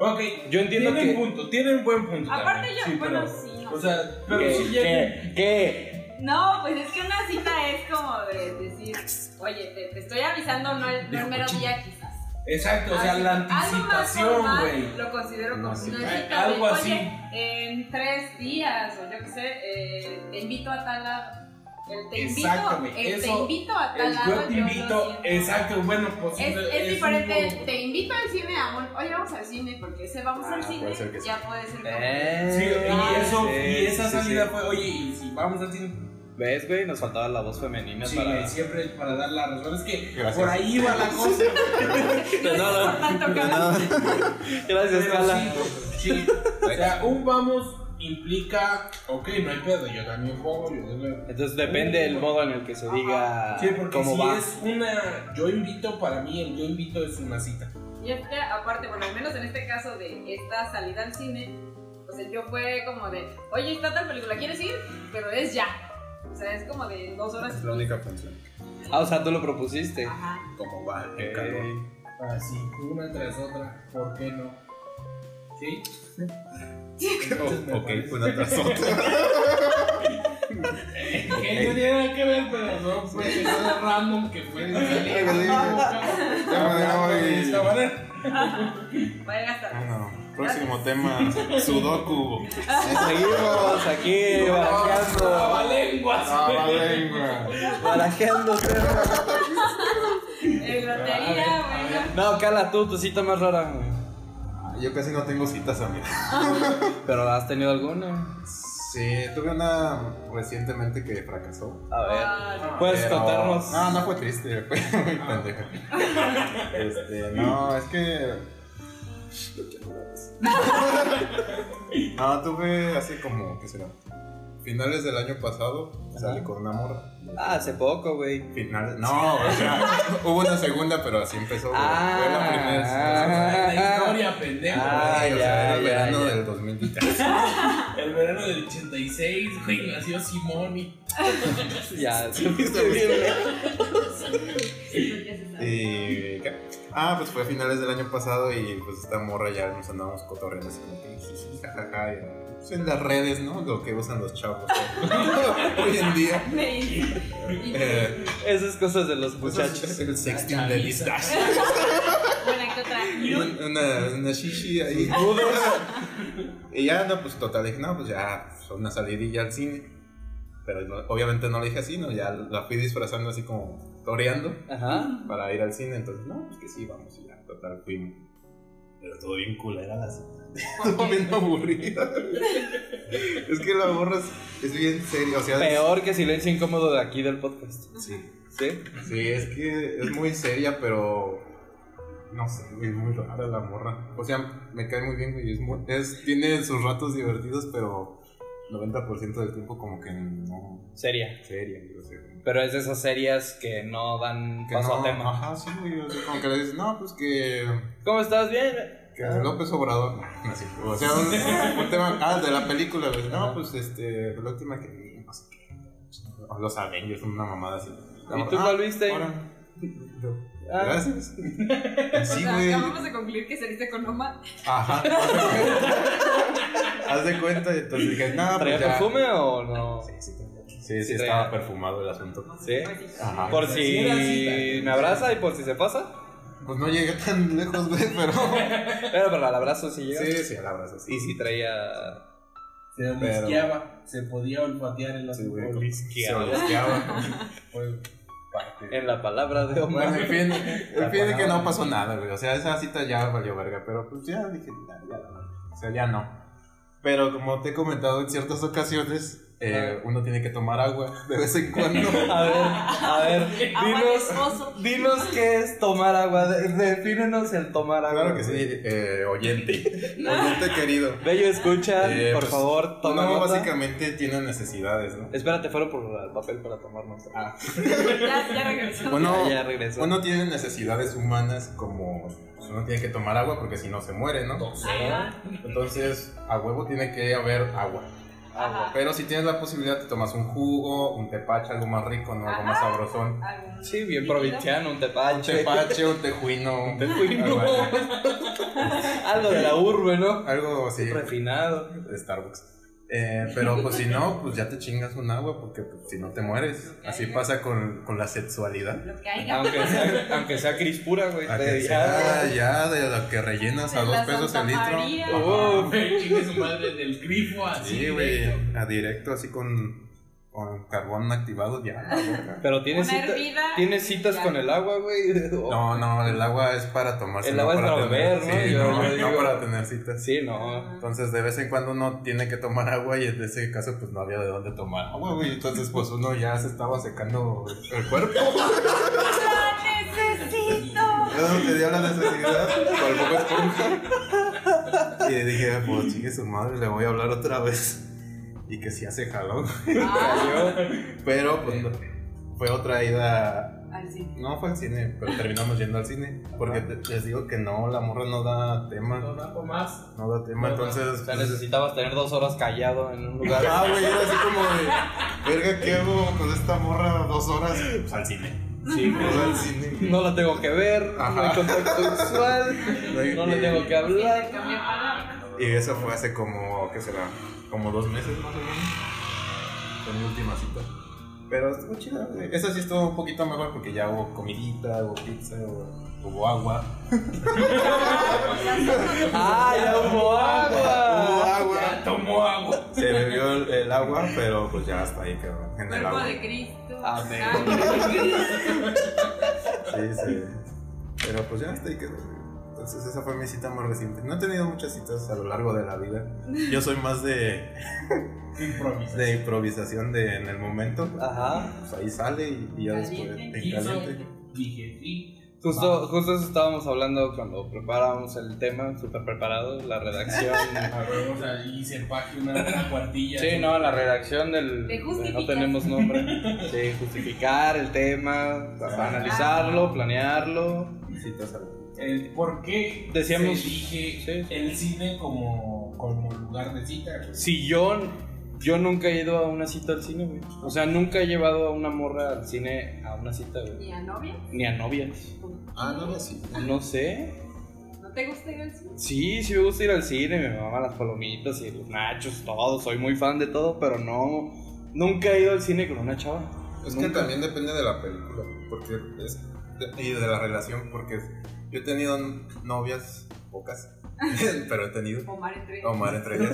Speaker 3: Ok,
Speaker 2: Yo entiendo
Speaker 3: tienen
Speaker 2: que...
Speaker 3: punto, tienen buen punto.
Speaker 4: Aparte,
Speaker 3: también.
Speaker 4: yo.
Speaker 3: Sí,
Speaker 4: bueno,
Speaker 3: pero-
Speaker 4: sí.
Speaker 3: O sea, pero
Speaker 2: que,
Speaker 3: si ya.
Speaker 2: que, que-
Speaker 4: No, pues es que una cita es como de decir, oye, te, te estoy avisando, no el, no el mero día quizás.
Speaker 3: Exacto, o sea,
Speaker 4: Así,
Speaker 3: la
Speaker 4: algo más
Speaker 3: anticipación,
Speaker 4: formal
Speaker 3: güey.
Speaker 4: Lo considero como
Speaker 5: Una
Speaker 4: una
Speaker 5: cita.
Speaker 4: cita.
Speaker 3: Eh,
Speaker 4: de,
Speaker 3: algo
Speaker 4: oye,
Speaker 3: así.
Speaker 4: En tres días, o yo qué sé, eh, te invito a tal lado. El te
Speaker 3: Exacto,
Speaker 4: invito,
Speaker 3: güey,
Speaker 4: el te
Speaker 3: eso-
Speaker 4: invito a tal
Speaker 3: El
Speaker 4: lado.
Speaker 3: yo te
Speaker 4: lo
Speaker 3: invito,
Speaker 4: siento.
Speaker 3: exacto, bueno, pues
Speaker 4: Es, es
Speaker 3: un
Speaker 4: diferente, el
Speaker 3: poco-
Speaker 4: te invito al cine a un, oye, vamos al cine, porque ese vamos
Speaker 5: Ah,
Speaker 4: al
Speaker 5: puede
Speaker 4: cine,
Speaker 5: ser que sí.
Speaker 4: ya puede ser como-
Speaker 3: Eh. Sí, y
Speaker 2: Ah,
Speaker 3: eso,
Speaker 2: sí,
Speaker 3: y esa
Speaker 2: sí,
Speaker 3: salida
Speaker 2: sí.
Speaker 3: fue, oye, y si vamos al cine,
Speaker 2: ¿Ves, güey? Nos faltaba la voz femenina
Speaker 3: sí,
Speaker 2: para...
Speaker 3: siempre para dar la razón, es que
Speaker 5: Gracias.
Speaker 3: por ahí va la cosa,
Speaker 4: Gracias
Speaker 2: nada.
Speaker 4: por tanto, cabrón.
Speaker 2: Gracias,
Speaker 3: pero
Speaker 2: Carla.
Speaker 3: sí, sí, o sea, un vamos implica, ok, no hay pedo, yo también fuego, yo también-
Speaker 2: Entonces depende el modo en el que se diga
Speaker 3: Sí, porque
Speaker 2: cómo
Speaker 3: si
Speaker 2: va.
Speaker 3: es una, yo invito, para mí el yo invito es una cita.
Speaker 4: Y es que aparte, bueno, al menos en este caso de esta salida al cine, pues el yo fue como de, oye, está tal película, ¿quieres ir? Pero es ya. O sea, es como de dos horas.
Speaker 5: Es la única función.
Speaker 2: Ah, o sea, tú lo propusiste.
Speaker 4: Ajá.
Speaker 5: Como va el
Speaker 2: Ok.
Speaker 5: calor.
Speaker 3: Así, Ah, una tras otra, ¿por qué no? ¿Sí? Entonces me
Speaker 5: Oh, ok,
Speaker 3: parece-
Speaker 5: una tras otra.
Speaker 3: Que no tiene nada que ver, pero no fue que no de random que fue de salir.
Speaker 5: Sí.
Speaker 3: Ah, de esta manera.
Speaker 4: Vaya gastar.
Speaker 5: Bueno, próximo tema, Sudoku.
Speaker 2: Seguimos aquí barajando,
Speaker 3: Trabalenguas.
Speaker 5: Ah, lengua.
Speaker 2: barajando temas.
Speaker 4: En lotería,
Speaker 3: A ver, a
Speaker 4: bueno.
Speaker 2: No, Cala, tú, tu cita más rara. güey.
Speaker 5: Ah, Yo casi no tengo citas, amigo.
Speaker 2: Pero has tenido alguna.
Speaker 5: Sí, tuve una recientemente que fracasó.
Speaker 2: A ver.
Speaker 4: Ah,
Speaker 2: Puedes
Speaker 5: Pero-
Speaker 2: contarnos.
Speaker 5: No, no fue triste, fue muy pendeja. Este, no, es que. No, tuve hace como, ¿qué será? Finales del año pasado, salí con una morra.
Speaker 2: Ah, hace poco, güey.
Speaker 5: Finales. No, o sea, hubo una segunda, pero así empezó. güey.
Speaker 2: Ah,
Speaker 5: fue la primera. sí,
Speaker 3: La historia, pendejo.
Speaker 2: Ah,
Speaker 5: o
Speaker 2: ya,
Speaker 5: sea, era el
Speaker 2: ya,
Speaker 5: verano
Speaker 2: ya.
Speaker 5: del 2013.
Speaker 3: El verano del 86, güey, nació Simoni.
Speaker 2: Ya, se fuiste bien, güey.
Speaker 4: sí, ya se sabe.
Speaker 5: Y, ¿qué? Ah, pues fue a finales del año pasado y pues esta morra ya nos andábamos cotorreando así como que jiji, jajaja, y, pues, en las redes, ¿no? Lo que usan los chavos ¿no? hoy en día.
Speaker 4: Me hizo.
Speaker 5: Eh,
Speaker 2: Esas cosas de los
Speaker 5: pues, eso
Speaker 2: muchachos.
Speaker 5: es el sexting de lista.
Speaker 4: Buena que otra.
Speaker 5: Un- Una, una shishi ahí. y ya, no, pues total, dije, no, pues ya, pues, una salidilla al cine. Pero no- obviamente no le dije así, ¿no? Ya la fui disfrazando así como toreando.
Speaker 2: Ajá.
Speaker 5: para ir al cine, entonces, no, pues que sí, vamos, y ya, total, fuimos. Pero todo bien culera la cita. Todo bien aburrida. es que la morra es, es bien seria, o sea. es-
Speaker 2: Peor que silencio incómodo de aquí del podcast.
Speaker 5: Sí,
Speaker 2: ¿Sí?
Speaker 5: sí, es que es muy seria, pero. No sé, güey, es muy rara la morra. O sea, me cae muy bien, güey. Es muy- es- tiene sus ratos divertidos, pero 90% del tiempo, como que no.
Speaker 2: Seria.
Speaker 5: Seria, güey, o sea, como-
Speaker 2: Pero es de esas series que no dan
Speaker 5: que
Speaker 2: paso
Speaker 5: no-
Speaker 2: al tema.
Speaker 5: Ajá, sí, güey. O sea, como que le dices, no, pues que.
Speaker 2: ¿Cómo estás? ¿Bien?
Speaker 5: Que López Obrador. No, sí. O sea, un, un tema. Ah, de la película, güey. No,
Speaker 2: Ajá.
Speaker 5: pues este. La última que vi, no sé qué. O Los Avengers, una mamada así.
Speaker 2: ¿Y tú
Speaker 5: Ah,
Speaker 2: cuál viste?
Speaker 5: ahora. Yo,
Speaker 2: Ah.
Speaker 5: Gracias.
Speaker 4: O
Speaker 5: Sí,
Speaker 4: sea,
Speaker 5: güey.
Speaker 4: Pues, acabamos de concluir que saliste con Oma.
Speaker 5: Ajá. Haz de cuenta, y entonces dije, no,
Speaker 2: ¿Traía
Speaker 5: pues ya.
Speaker 2: perfume o no?
Speaker 5: Sí, sí, sí,
Speaker 2: Sí,
Speaker 5: estaba
Speaker 2: traía.
Speaker 5: perfumado el asunto.
Speaker 2: ¿Sí?
Speaker 4: Pues sí.
Speaker 5: Ajá.
Speaker 2: Por
Speaker 3: Sí, era
Speaker 2: si
Speaker 3: cita.
Speaker 2: me abraza y por si se pasa.
Speaker 5: Pues no llegué tan lejos, güey, pero.
Speaker 2: Pero para el abrazo sí llega.
Speaker 5: Sí, sí, el abrazo, sí.
Speaker 2: Y si traía.
Speaker 3: Se olisqueaba, se podía olfatear el
Speaker 5: Sí, güey,
Speaker 3: azúcar.
Speaker 5: Se olisqueaba.
Speaker 3: Pues,
Speaker 2: En la palabra de
Speaker 5: Bueno,
Speaker 2: Omar.
Speaker 5: en fin, en fin de que no pasó nada, güey. O sea, esa cita ya valió verga, pero pues ya dije, "Nah, ya, no". o sea, ya no. Pero como te he comentado en ciertas ocasiones, eh, uno tiene que tomar agua de vez en cuando.
Speaker 2: A ver, a ver,
Speaker 4: Agua de
Speaker 2: dinos,
Speaker 4: oso.
Speaker 2: dinos qué es tomar agua. de- Defínenos el tomar agua.
Speaker 5: claro que sí, eh, oyente, oyente querido.
Speaker 2: Bello, escucha,
Speaker 5: Eh,
Speaker 2: por
Speaker 5: pues,
Speaker 2: favor, toma
Speaker 5: Uno
Speaker 2: nota.
Speaker 5: básicamente tiene necesidades, ¿no?
Speaker 2: Espérate, fueron por el papel para tomar nota.
Speaker 5: Ah,
Speaker 4: Ya, ya regresó.
Speaker 5: uno,
Speaker 2: Ah, ya regresó.
Speaker 5: uno tiene necesidades humanas como pues, uno tiene que tomar agua porque si no se muere, ¿no?
Speaker 3: ¿eh?
Speaker 4: Ajá.
Speaker 5: Entonces, a huevo tiene que haber agua.
Speaker 4: Ajá.
Speaker 5: Pero si tienes la posibilidad, te tomas un jugo, un tepache, algo más rico, ¿no? Algo más sabrosón.
Speaker 4: Algún-
Speaker 2: Sí, bien provinciano, un tepache.
Speaker 5: Un tepache, un tejuino. Un
Speaker 2: tejuino.
Speaker 5: Algo, así.
Speaker 2: Algo de la urbe, ¿no?
Speaker 5: Algo así.
Speaker 2: Refinado.
Speaker 5: De Starbucks. Eh, pero pues si no, pues ya te chingas un agua porque pues, si no te mueres. Así pasa con, con la sexualidad.
Speaker 4: Lo que haya.
Speaker 2: Aunque sea, aunque sea crispura, güey.
Speaker 5: Ah,
Speaker 2: te-
Speaker 5: que sea ya de lo que rellenas a
Speaker 4: De
Speaker 5: dos
Speaker 4: la
Speaker 5: pesos el
Speaker 4: Santa
Speaker 5: litro.
Speaker 4: María.
Speaker 5: Ajá.
Speaker 3: güey, chingue su madre del grifo así.
Speaker 5: Sí, güey. A directo, así con, con carbón activado, ya. la verga.
Speaker 2: Pero tienes,
Speaker 4: Una
Speaker 2: cita-
Speaker 4: hervida.
Speaker 2: tienes citas
Speaker 4: Ya.
Speaker 2: con el agua, güey. Oh,
Speaker 5: No, no, el agua es para tomarse.
Speaker 2: El agua es para
Speaker 5: tener-
Speaker 2: beber, ¿no?
Speaker 5: sí,
Speaker 2: Yo-
Speaker 5: no,
Speaker 2: yo
Speaker 5: no
Speaker 2: digo-
Speaker 5: para tener citas.
Speaker 2: Sí, no.
Speaker 5: Entonces, de vez en cuando uno tiene que tomar agua y en ese caso, pues no había de dónde tomar agua, güey. Entonces, pues uno ya se estaba secando el cuerpo.
Speaker 4: ¡La necesito!
Speaker 5: Yo no te dio la necesidad, por poco esponja. y dije, ah, pues chingue su madre, le voy a hablar otra vez. Y que sí hace jalón.
Speaker 4: Ah,
Speaker 5: Pero pues, no. fue otra ida.
Speaker 4: al cine.
Speaker 5: No fue al cine, pero terminamos yendo al cine. Porque te- les digo que no, la morra no da tema.
Speaker 3: Algo más.
Speaker 5: No da tema,
Speaker 3: No, no.
Speaker 5: entonces. pues,
Speaker 6: O sea, necesitabas tener dos horas callado en un lugar.
Speaker 5: Ah, güey, era así como de. Verga, ¿qué hago con esta morra dos horas? Pues al cine.
Speaker 2: Sí,
Speaker 5: Pues al cine.
Speaker 6: No la tengo que ver, no hay
Speaker 5: Ajá.
Speaker 6: contacto visual,
Speaker 5: No hay-
Speaker 6: no le tengo que
Speaker 4: Sí,
Speaker 6: hablar.
Speaker 4: te cambié
Speaker 3: Ah,
Speaker 4: para.
Speaker 5: Y eso fue hace como, ¿qué será? Como dos meses más o menos. Fue mi última cita. Pero estuvo chida, güey. Esa sí estuvo un poquito mejor porque ya hubo comidita, hubo pizza, hubo, hubo agua.
Speaker 6: ¡Ah, ya hubo
Speaker 5: Hubo
Speaker 6: agua!
Speaker 5: agua.
Speaker 3: Tomó agua.
Speaker 5: Se bebió el, el agua, pero pues ya hasta ahí quedó. En el
Speaker 4: Cuerpo
Speaker 5: agua.
Speaker 4: de Cristo.
Speaker 6: Amén.
Speaker 4: Sangre de Cristo.
Speaker 5: Sí, sí. Pero pues ya hasta ahí quedó. güey. Entonces esa fue mi cita más reciente. No he tenido muchas citas a lo largo de la vida. Yo soy más de,
Speaker 3: Improvisé.
Speaker 5: de improvisación de en el momento.
Speaker 2: Ah.
Speaker 6: Ajá.
Speaker 5: Pues ahí sale y, y ya después
Speaker 4: Caliente.
Speaker 5: en caliente.
Speaker 3: Dije, sí.
Speaker 2: Justo, justo eso estábamos hablando cuando preparábamos el tema, súper preparado, la redacción.
Speaker 3: A ver, o sea, y se paje una, una cuartilla.
Speaker 2: sí, no, la redacción del...
Speaker 4: Te
Speaker 2: de
Speaker 4: justificas.
Speaker 2: no tenemos nombre. Sí, justificar el tema,
Speaker 5: Ah.
Speaker 2: analizarlo, planearlo.
Speaker 5: Citas al
Speaker 3: El ¿Por qué
Speaker 2: Decíamos-
Speaker 3: se elige
Speaker 2: sí, sí.
Speaker 3: el cine como, como lugar de cita? pues. güey?
Speaker 2: Si yo, yo nunca he ido a una cita al cine, güey. O sea, nunca he llevado a una morra al cine a una cita, güey.
Speaker 4: ¿Y a novia?
Speaker 2: Ni a novias.
Speaker 5: Ah, no, no, sí.
Speaker 2: No sé.
Speaker 4: ¿No te gusta ir al cine?
Speaker 2: Sí, sí me gusta ir al cine, me maman las palomitas y los nachos, todo. Soy muy fan de todo, pero no. Nunca he ido al cine con una chava.
Speaker 5: Es que
Speaker 2: Nunca.
Speaker 5: también depende de la película, porque es, y de la relación, porque yo he tenido novias, pocas, pero he tenido,
Speaker 4: Omar entre.
Speaker 5: Omar entre ellas,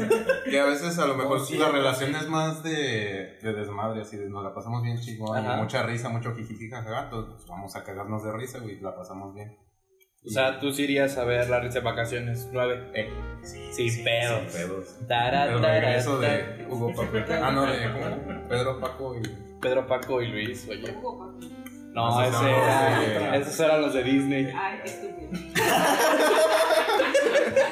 Speaker 5: que a veces a lo mejor
Speaker 3: Oh, sí,
Speaker 5: la
Speaker 3: sí.
Speaker 5: relación es más de, de desmadre, así de nos la pasamos bien chingón,
Speaker 2: Ajá.
Speaker 5: y mucha risa, mucho jijiji, jajaja, todos, pues, vamos a cagarnos de risa, güey, la pasamos bien.
Speaker 2: O sea, tú sí irías a ver la risa de vacaciones 9. sin pedos.
Speaker 5: pedos.
Speaker 6: Tara,
Speaker 5: El
Speaker 6: tara,
Speaker 5: regreso
Speaker 6: tara.
Speaker 5: de Hugo Paco, ah no, de ¿cómo? Pedro Paco y...
Speaker 2: Pedro Paco y Luis, oye.
Speaker 4: Ojo, papi.
Speaker 2: No, ese
Speaker 5: Esos son los
Speaker 2: era-
Speaker 5: de-
Speaker 2: esos eran los de Disney.
Speaker 4: Ay, qué estúpido.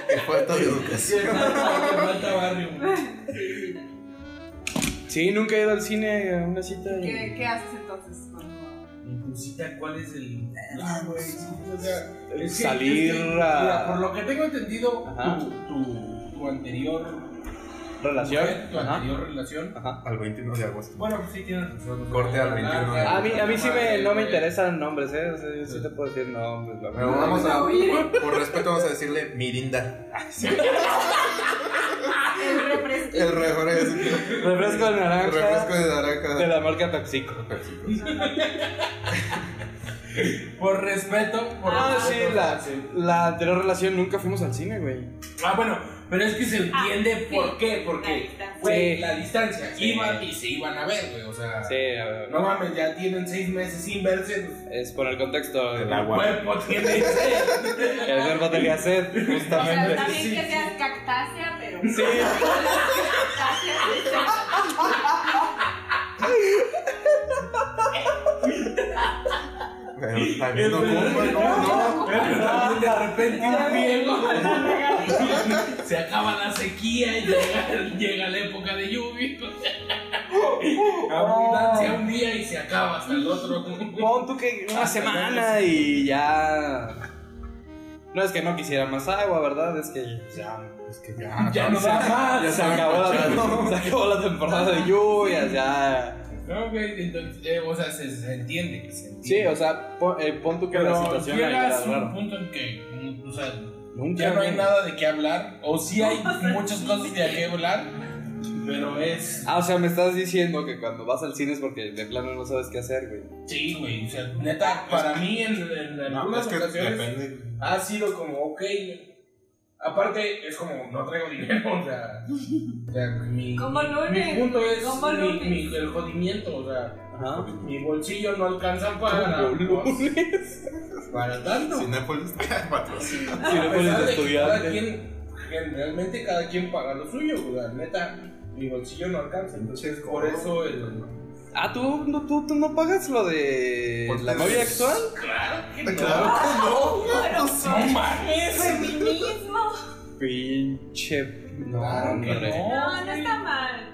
Speaker 5: Qué falta de educación.
Speaker 3: Falta barrio. güey.
Speaker 4: Sí, mira.
Speaker 2: Sí, nunca he ido al cine a una cita. y-
Speaker 4: ¿Qué, ¿Qué haces entonces cuando.?
Speaker 3: ¿Y tu cita cuál es el.? Ah, güey, sí, o sea, es que-
Speaker 2: Salir
Speaker 3: es que,
Speaker 2: a-
Speaker 3: mira, por lo que tengo entendido,
Speaker 2: Ajá.
Speaker 3: tu, tu, tu anterior. mujer,
Speaker 2: Relación.
Speaker 3: Tu
Speaker 2: Ajá.
Speaker 3: anterior relación.
Speaker 2: Ajá.
Speaker 5: Al 21 de agosto.
Speaker 3: Bueno, pues sí, tienes razón.
Speaker 5: Corte al 21 de
Speaker 2: A mí, a mí sí me, no me interesan nombres, ¿eh? O sea, yo sí te puedo decir nombres. la
Speaker 5: Pero
Speaker 2: verdad.
Speaker 5: vamos a.
Speaker 4: Oye.
Speaker 5: Por, por respeto, vamos a decirle Mirinda.
Speaker 4: El refresco.
Speaker 5: El refresco.
Speaker 2: Refresco de naranja.
Speaker 5: El refresco de naranja.
Speaker 2: De la marca Taxico.
Speaker 3: Por respeto. Por
Speaker 2: Ah, sí,
Speaker 3: respeto,
Speaker 2: la,
Speaker 3: sí.
Speaker 2: la anterior relación nunca fuimos al cine, güey.
Speaker 3: Ah, bueno, pero es que se entiende
Speaker 4: Ah, sí.
Speaker 3: por qué,
Speaker 4: La
Speaker 3: porque
Speaker 4: distancia.
Speaker 3: güey,
Speaker 2: Sí.
Speaker 3: la distancia,
Speaker 2: Sí.
Speaker 3: iban y se iban a ver, güey, o sea,
Speaker 2: Sí, a ver,
Speaker 3: no mames, ya tienen seis meses sin verse, pues,
Speaker 2: es por el contexto.
Speaker 5: El
Speaker 2: El
Speaker 5: agua.
Speaker 3: cuerpo tiene sed.
Speaker 2: cuerpo tenía sed,
Speaker 4: O sea,
Speaker 2: justamente.
Speaker 4: está bien
Speaker 3: sí,
Speaker 4: que
Speaker 3: sí.
Speaker 4: seas cactácea, pero.
Speaker 2: Sí.
Speaker 4: Cactácea.
Speaker 5: Pero También no ocupa, ¿cómo no?
Speaker 3: Pero también de repente un riego se acaba la sequía y llega, llega la época de lluvia. Abundancia un día y se acaba hasta el otro.
Speaker 2: Pon tú que una semana y ya. No es que no quisiera más agua, ¿verdad? Es que ya.
Speaker 5: Es que ya.
Speaker 3: Ya no da más.
Speaker 5: Ya
Speaker 2: Se
Speaker 5: saben
Speaker 2: acabó la,
Speaker 5: cuál.
Speaker 2: se acabó la temporada de lluvias, ya.
Speaker 3: No, güey, entonces, eh, o sea, se, se entiende. Se entiende.
Speaker 2: Sí, o sea, pon, eh, pon tú que la
Speaker 3: pero
Speaker 2: situación ahí
Speaker 3: llegas
Speaker 2: era
Speaker 3: a un
Speaker 2: raro.
Speaker 3: punto en que, mm, o sea,
Speaker 2: Nunca.
Speaker 3: ya no hay
Speaker 2: güey.
Speaker 3: nada de qué hablar, o sí hay muchas cosas de qué hablar, pero es...
Speaker 2: Ah, o sea, me estás diciendo que cuando vas al cine es porque de plano no sabes qué hacer, güey.
Speaker 3: Sí, güey, o sea, neta, para mí en, en
Speaker 5: No,
Speaker 3: algunas
Speaker 5: es que
Speaker 3: ocasiones
Speaker 5: depende.
Speaker 3: ha sido como, ok, aparte es como, no traigo dinero, o sea, o sea, mi,
Speaker 4: Como
Speaker 3: mi
Speaker 4: lunes.
Speaker 3: punto es
Speaker 4: Como
Speaker 3: mi-
Speaker 4: lunes.
Speaker 3: mi- el jodimiento, o sea,
Speaker 2: Ajá.
Speaker 3: mi bolsillo no alcanza para, para tanto.
Speaker 5: Cinépolis patrocina.
Speaker 2: Si no
Speaker 3: A pesar
Speaker 2: pones
Speaker 3: de que Cada
Speaker 2: estudiante.
Speaker 3: quien, generalmente cada quien paga lo suyo, o sea, neta, mi bolsillo no alcanza. Entonces, por eso el.
Speaker 2: Ah, ¿tú no, tú, tú no pagas lo de
Speaker 5: Porque
Speaker 2: la
Speaker 5: es-
Speaker 2: novia actual?
Speaker 3: Claro que
Speaker 5: Claro que no.
Speaker 4: Pero
Speaker 3: No mames.
Speaker 4: feminismo.
Speaker 1: Pinche. No,
Speaker 3: Claro que
Speaker 1: hombre.
Speaker 3: no.
Speaker 4: No, no está mal.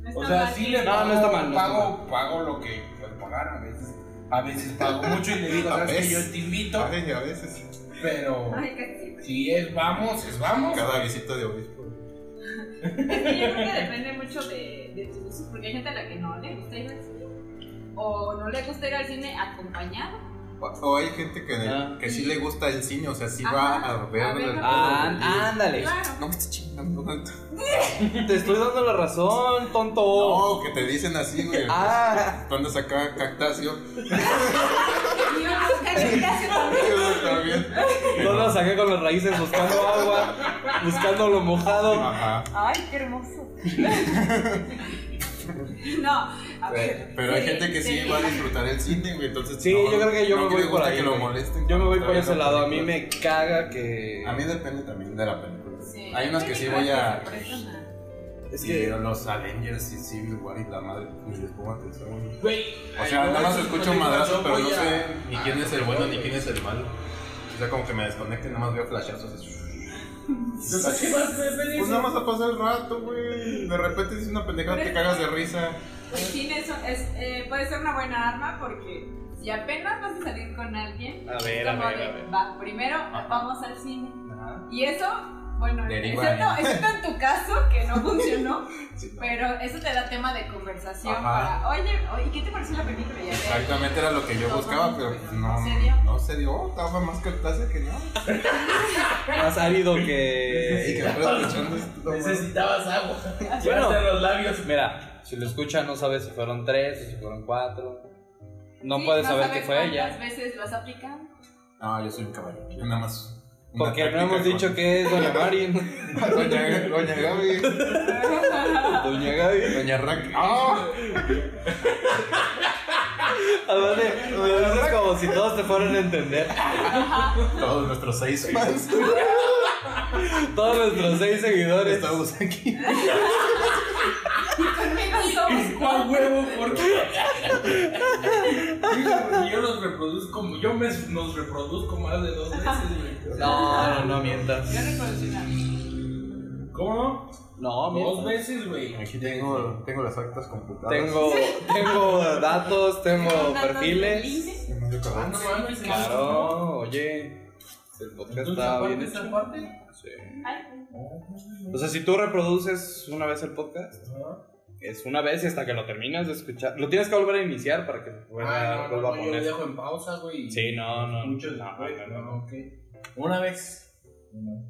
Speaker 4: No está
Speaker 3: O sea,
Speaker 4: mal.
Speaker 3: sí le
Speaker 1: No, no está mal, no está
Speaker 3: pago, pago lo que puedo pagar a veces. A veces pago mucho y le digo,
Speaker 5: A
Speaker 3: sabes que
Speaker 5: veces.
Speaker 3: yo te invito,
Speaker 5: Ay, a veces.
Speaker 3: pero
Speaker 4: Ay, casi.
Speaker 3: si es vamos, es vamos.
Speaker 5: Cada visita de obispo.
Speaker 4: Sí, yo creo que depende mucho de, de tus gustos, porque hay gente a la que no le gusta ir al cine. O no le gusta ir al cine acompañado.
Speaker 5: O, o hay gente que,
Speaker 1: Ah.
Speaker 5: que sí le gusta el cine, o sea, sí
Speaker 4: Ajá,
Speaker 5: va a ver.
Speaker 4: a ver la
Speaker 2: Ah, ándale.
Speaker 4: Claro.
Speaker 5: No me estás chingando.
Speaker 2: Te estoy dando la razón, tonto.
Speaker 5: No, que te dicen así, güey.
Speaker 2: Oh. Ah,
Speaker 5: Cuando saca cactáceo.
Speaker 4: Y unos cachetazo también.
Speaker 5: También.
Speaker 2: no lo saqué con las raíces buscando agua, buscando lo mojado.
Speaker 5: Ajá.
Speaker 4: Ay, qué hermoso. no, a ver.
Speaker 5: Pero hay gente que sí va a
Speaker 4: a
Speaker 5: disfrutar el cine, güey. Entonces,
Speaker 2: Sí, yo creo que yo
Speaker 5: no
Speaker 2: me voy
Speaker 5: le
Speaker 2: por
Speaker 5: gusta
Speaker 2: ahí,
Speaker 5: que lo
Speaker 2: güey.
Speaker 5: molesten.
Speaker 2: Yo me voy
Speaker 5: cuando
Speaker 2: por
Speaker 5: está
Speaker 2: ese
Speaker 5: viendo
Speaker 2: lado. A mí
Speaker 5: películas.
Speaker 2: me caga que.
Speaker 5: A mí depende también de la película.
Speaker 4: Sí,
Speaker 5: Hay unas que sí voy
Speaker 4: películas
Speaker 5: a.
Speaker 4: que se prestan
Speaker 2: Es
Speaker 5: Sí,
Speaker 2: que.
Speaker 5: los Avengers y Civil War y la madre, ni les pongo atención.
Speaker 3: Güey,
Speaker 5: O
Speaker 3: ay,
Speaker 5: sea, nada
Speaker 3: no,
Speaker 5: más
Speaker 3: eso
Speaker 5: escucho
Speaker 3: no
Speaker 5: un
Speaker 3: digo,
Speaker 5: madrazo,
Speaker 3: yo
Speaker 5: pero
Speaker 3: voy
Speaker 5: no
Speaker 3: a-
Speaker 5: sé ni
Speaker 3: a-
Speaker 5: quién es el bueno ni quién es el malo. O sea, como que me desconecto y nada más veo flashazos. así.
Speaker 3: Entonces, ¿qué más me pedís?
Speaker 5: Pues nada más a pasar el rato, güey. De repente dices una pendejada, te cagas de risa.
Speaker 4: a- El cine es, Pues es, eh, puede ser una buena arma porque si apenas vas a salir con alguien,
Speaker 1: A ver, a
Speaker 4: como
Speaker 1: ver,
Speaker 4: de,
Speaker 1: a ver.
Speaker 4: va, primero vamos al cine.
Speaker 5: Ajá.
Speaker 4: Y eso, bueno,
Speaker 5: Deriva
Speaker 4: excepto,
Speaker 2: ¿eh?
Speaker 5: en-
Speaker 4: excepto en tu caso, que no funcionó,
Speaker 5: Sí.
Speaker 4: pero eso te da tema de conversación
Speaker 5: Ajá.
Speaker 4: para, oye, oye, ¿qué te pareció la película? Y ya te-
Speaker 5: Exactamente era lo que yo buscaba, pero pues no.
Speaker 4: ¿En serio?
Speaker 5: No se dio. Estaba más cartaza que no.
Speaker 2: Más árido
Speaker 5: Y que
Speaker 2: que.
Speaker 5: fuera escuchando esto, güey.
Speaker 3: Necesitabas agua.
Speaker 2: Bueno.
Speaker 3: Llevaste los labios.
Speaker 2: Mira, si lo escuchas, no sabes si fueron tres o si fueron cuatro. No
Speaker 4: Sí,
Speaker 2: puedes saber que
Speaker 4: sabes
Speaker 2: fue ella.
Speaker 4: ¿Cuántas veces lo has aplicado?
Speaker 5: No, yo soy un caballero. Yo nada más. una
Speaker 2: Porque no
Speaker 5: táctica
Speaker 2: hemos
Speaker 5: con-
Speaker 2: dicho que es Doña Marin.
Speaker 5: Doña, Doña Gaby.
Speaker 2: Doña Gaby.
Speaker 5: Doña Rack. ¡Ah!
Speaker 2: Además de, lo dices pues, como si todos te fueran a entender.
Speaker 5: Todos nuestros seis fans.
Speaker 2: Todos nuestros seis seguidores.
Speaker 5: Estamos aquí.
Speaker 4: Conmigo somos
Speaker 3: ¿Cuál huevo? Porque yo, yo los reproduzco, yo me, nos reproduzco más de dos veces, güey.
Speaker 2: No, no, no mientas.
Speaker 4: Yo reproducí una.
Speaker 3: ¿Cómo?
Speaker 2: No, mientas.
Speaker 3: Dos veces, güey.
Speaker 5: Aquí tengo, tengo las actas computadas.
Speaker 2: Tengo, tengo datos, tengo
Speaker 4: Con datos del
Speaker 2: perfiles.
Speaker 4: INE.
Speaker 5: No me
Speaker 3: Ah,
Speaker 5: acabo.
Speaker 3: no mames,
Speaker 2: Claro, oye. El podcast
Speaker 3: ¿Tú
Speaker 2: está bien
Speaker 3: esa
Speaker 2: hecho.
Speaker 3: parte?
Speaker 2: Sí.
Speaker 3: Ah,
Speaker 4: Ay,
Speaker 2: O sea, si tú reproduces una vez el podcast,
Speaker 3: Ah,
Speaker 2: es una vez y hasta que lo terminas de escuchar. Lo tienes que volver a iniciar para que vuelva,
Speaker 3: Ah, no,
Speaker 2: vuelva pues, a
Speaker 3: no, yo lo
Speaker 2: poner.
Speaker 3: dejo en pausa, güey.
Speaker 2: Sí, no, no.
Speaker 3: Mucho
Speaker 2: no, no,
Speaker 3: después,
Speaker 2: no, no.
Speaker 3: ok. Una vez.
Speaker 4: bueno,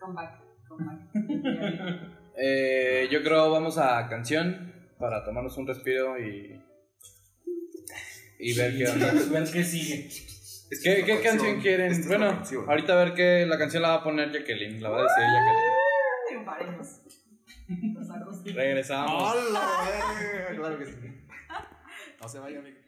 Speaker 4: Come back, come back.
Speaker 2: Eh, yo creo vamos a canción para tomarnos un respiro y. Y ver qué onda.
Speaker 3: Ver qué sigue.
Speaker 2: ¿Qué, qué
Speaker 5: Esta
Speaker 2: canción quieren?
Speaker 5: esta es la
Speaker 2: bueno,
Speaker 5: canción.
Speaker 2: ahorita a ver que la canción la va a poner Jacqueline, la va a decir Jacqueline.
Speaker 4: Triunfaremos. Los sacos.
Speaker 2: Regresamos.
Speaker 5: ¡Hola! eh, Claro que sí. No se vaya, amigo.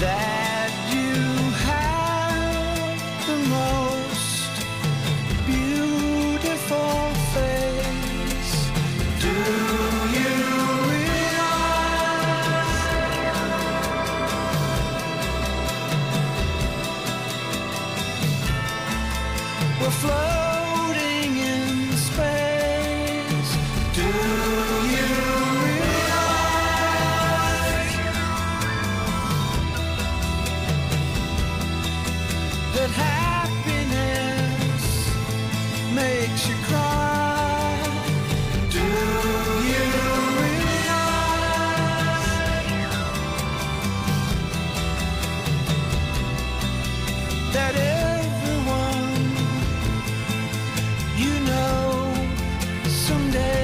Speaker 7: that you have the most beautiful face. Do you realize we're floating in space? Do you realize? that happiness makes you cry. Do you realize that everyone you know someday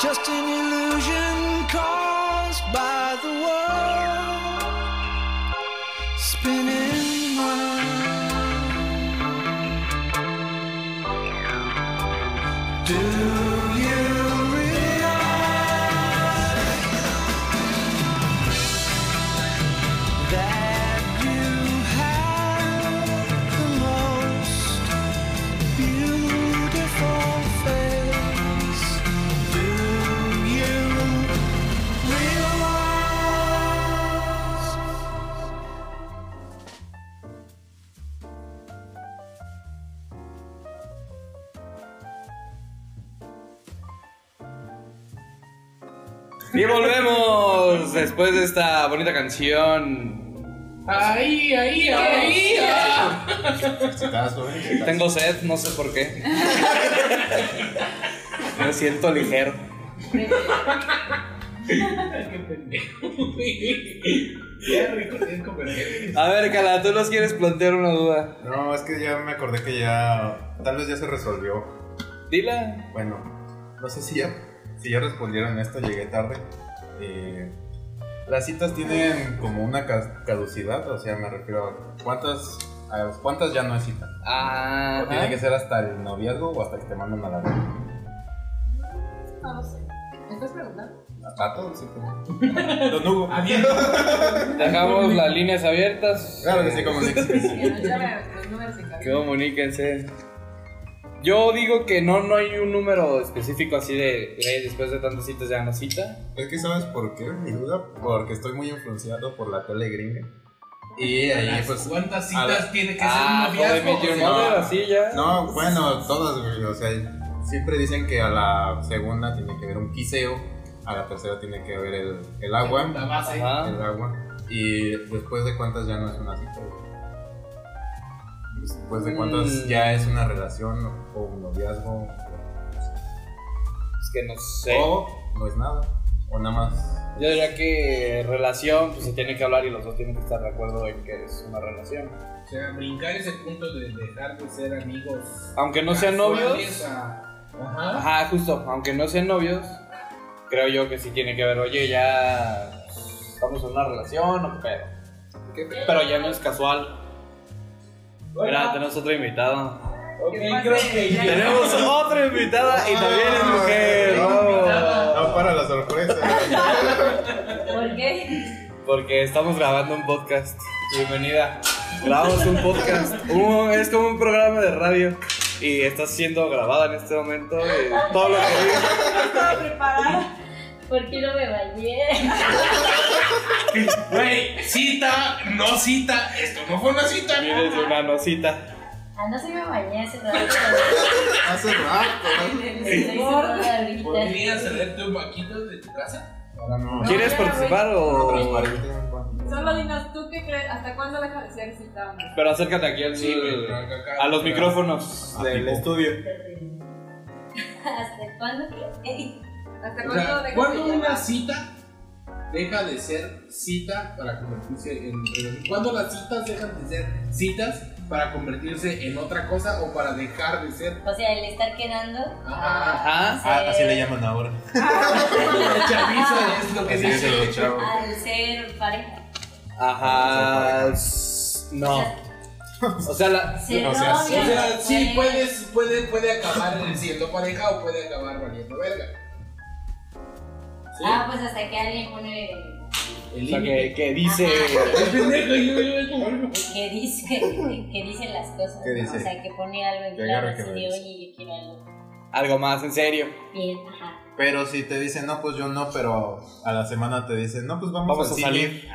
Speaker 7: just an illusion caused by the world spinning round. Do you realize that you have the most beautiful face? Do you realize?
Speaker 2: Y volvemos después de esta bonita canción.
Speaker 3: Ahí, ahí, ahí. ah.
Speaker 5: Exitazo, eh, exitazo.
Speaker 2: Tengo sed, no sé por qué. Me siento ligero.
Speaker 3: Qué pendejo, güey. Qué rico es comer.
Speaker 2: A ver, Cala, tú nos quieres plantear una duda.
Speaker 5: No, es que ya me acordé que ya. Tal vez ya se resolvió.
Speaker 2: Dila.
Speaker 5: Bueno, no sé si ya, si ya respondieron esto, llegué tarde. Eh, las citas tienen como una ca- caducidad, o sea, me refiero a cuántas, a los cuántas ya no es cita.
Speaker 2: Ah,
Speaker 5: O tiene que ser hasta el noviazgo o hasta que te manden a la verga.
Speaker 4: No lo sé. ¿Me estás preguntando?
Speaker 5: ¿A Tato? Sí, como- Ah, Don Hugo.
Speaker 2: dejamos las líneas abiertas.
Speaker 5: Claro que sí, como Nix.
Speaker 4: Bueno, ya me- los números en cabeza.
Speaker 2: Comuníquense. Yo digo que no, no hay un número específico así de, güey, después de tantas citas ya no cita.
Speaker 5: Es que sabes por qué, mi duda, porque estoy muy influenciado por la tele gringa. Y ahí pues...
Speaker 3: ¿Cuántas
Speaker 5: a
Speaker 3: citas
Speaker 5: la-
Speaker 3: tiene que
Speaker 2: Ah,
Speaker 3: ser
Speaker 2: Joder,
Speaker 3: un noviazgo?
Speaker 2: Met Your
Speaker 5: no.
Speaker 2: Mother, así ya.
Speaker 5: No, bueno, todas, güey, o sea, siempre dicen que a la segunda tiene que haber un quiseo, a la tercera tiene que haber el, el agua,
Speaker 3: La base.
Speaker 2: Ajá.
Speaker 5: el agua, y después de cuántas ya no es una cita, güey. Después de cuántas
Speaker 2: Mm.
Speaker 5: ya es una relación o un noviazgo,
Speaker 2: Es que no sé.
Speaker 5: o no es nada, o nada más.
Speaker 2: Yo diría que relación, pues se tiene que hablar y los dos tienen que estar de acuerdo en que es una relación.
Speaker 3: O sea, brincar ese punto de dejar de ser amigos.
Speaker 2: Aunque no sean
Speaker 3: casuales
Speaker 2: novios.
Speaker 3: a- Ajá.
Speaker 2: Ajá, justo, aunque no sean novios, creo yo que sí tiene que haber, oye, ya pues, estamos en una relación o qué pedo. Pero ya no es casual. Mira, tenemos otro invitado.
Speaker 3: Ok,
Speaker 4: ¿Qué
Speaker 3: creo
Speaker 4: pasa?
Speaker 3: que
Speaker 4: Ya-
Speaker 3: ya.
Speaker 2: Tenemos otra invitada y también es mujer.
Speaker 5: Ah, No,
Speaker 2: Vamos.
Speaker 5: no para la sorpresa.
Speaker 4: ¿Por qué?
Speaker 2: Porque estamos grabando un podcast. Bienvenida. Grabamos un podcast. Un- es como un programa de radio. Y está siendo grabada en este momento. y todo lo que digo.
Speaker 4: No estaba preparada.
Speaker 8: ¿Por qué no me bañé?
Speaker 3: Güey, cita, no cita. Esto no fue una cita.
Speaker 2: También es una nocita.
Speaker 8: Ah, no se me bañé hace rato.
Speaker 5: Hace rato.
Speaker 8: Estoy sudada ahorita.
Speaker 3: ¿Podrías hacerte un vaquito de tu casa?
Speaker 5: Ahora no.
Speaker 2: ¿Quieres participar o.?
Speaker 4: Solo dinos tú qué crees, ¿hasta cuándo deja de ser citamos?
Speaker 2: Pero acércate aquí al- a los micrófonos.
Speaker 5: Del estudio.
Speaker 8: ¿Hasta cuándo? qué?
Speaker 4: ¿Hasta
Speaker 3: O
Speaker 4: cuándo
Speaker 3: sea,
Speaker 4: deja
Speaker 3: ¿Cuándo
Speaker 4: de
Speaker 3: una
Speaker 4: llamar?
Speaker 3: cita deja de ser cita para convertirse en relación? ¿Cuándo las citas dejan de ser citas para convertirse en otra cosa o para dejar de ser? ah,
Speaker 8: O sea, el estar quedando.
Speaker 3: Ajá.
Speaker 2: Ajá.
Speaker 8: a
Speaker 5: así
Speaker 8: ser-
Speaker 5: Ah, le llaman ahora.
Speaker 3: Chaviza es lo que
Speaker 5: Así es
Speaker 3: dice.
Speaker 5: el chavo.
Speaker 8: Al ser pareja.
Speaker 2: Ajá. s- No. O sea, la.
Speaker 8: Ser
Speaker 5: O sea,
Speaker 8: novia.
Speaker 5: sí.
Speaker 3: O sea, sí,
Speaker 8: pues.
Speaker 3: puedes, puede, puede acabar siendo pareja o puede acabar valiendo verga. ¿Sí?
Speaker 8: Ah, pues hasta que alguien pone.
Speaker 3: el
Speaker 2: O sea,
Speaker 3: límite.
Speaker 2: que, que dice.
Speaker 3: El pendejo, yo- yo- yo-
Speaker 8: Que dice, que dice las cosas.
Speaker 5: ¿Qué
Speaker 8: ¿no?
Speaker 5: dice?
Speaker 8: O sea, que pone algo en
Speaker 5: Que
Speaker 8: claro.
Speaker 5: agarre que
Speaker 8: Así
Speaker 5: me
Speaker 8: de,
Speaker 5: dice.
Speaker 8: oye, yo quiero algo.
Speaker 2: Algo más, en serio.
Speaker 8: Bien, ajá.
Speaker 5: Pero si te dicen, no, pues yo no, pero a la semana te dicen, no, pues vamos,
Speaker 2: Vamos
Speaker 5: al
Speaker 2: a
Speaker 5: cine".
Speaker 2: salir.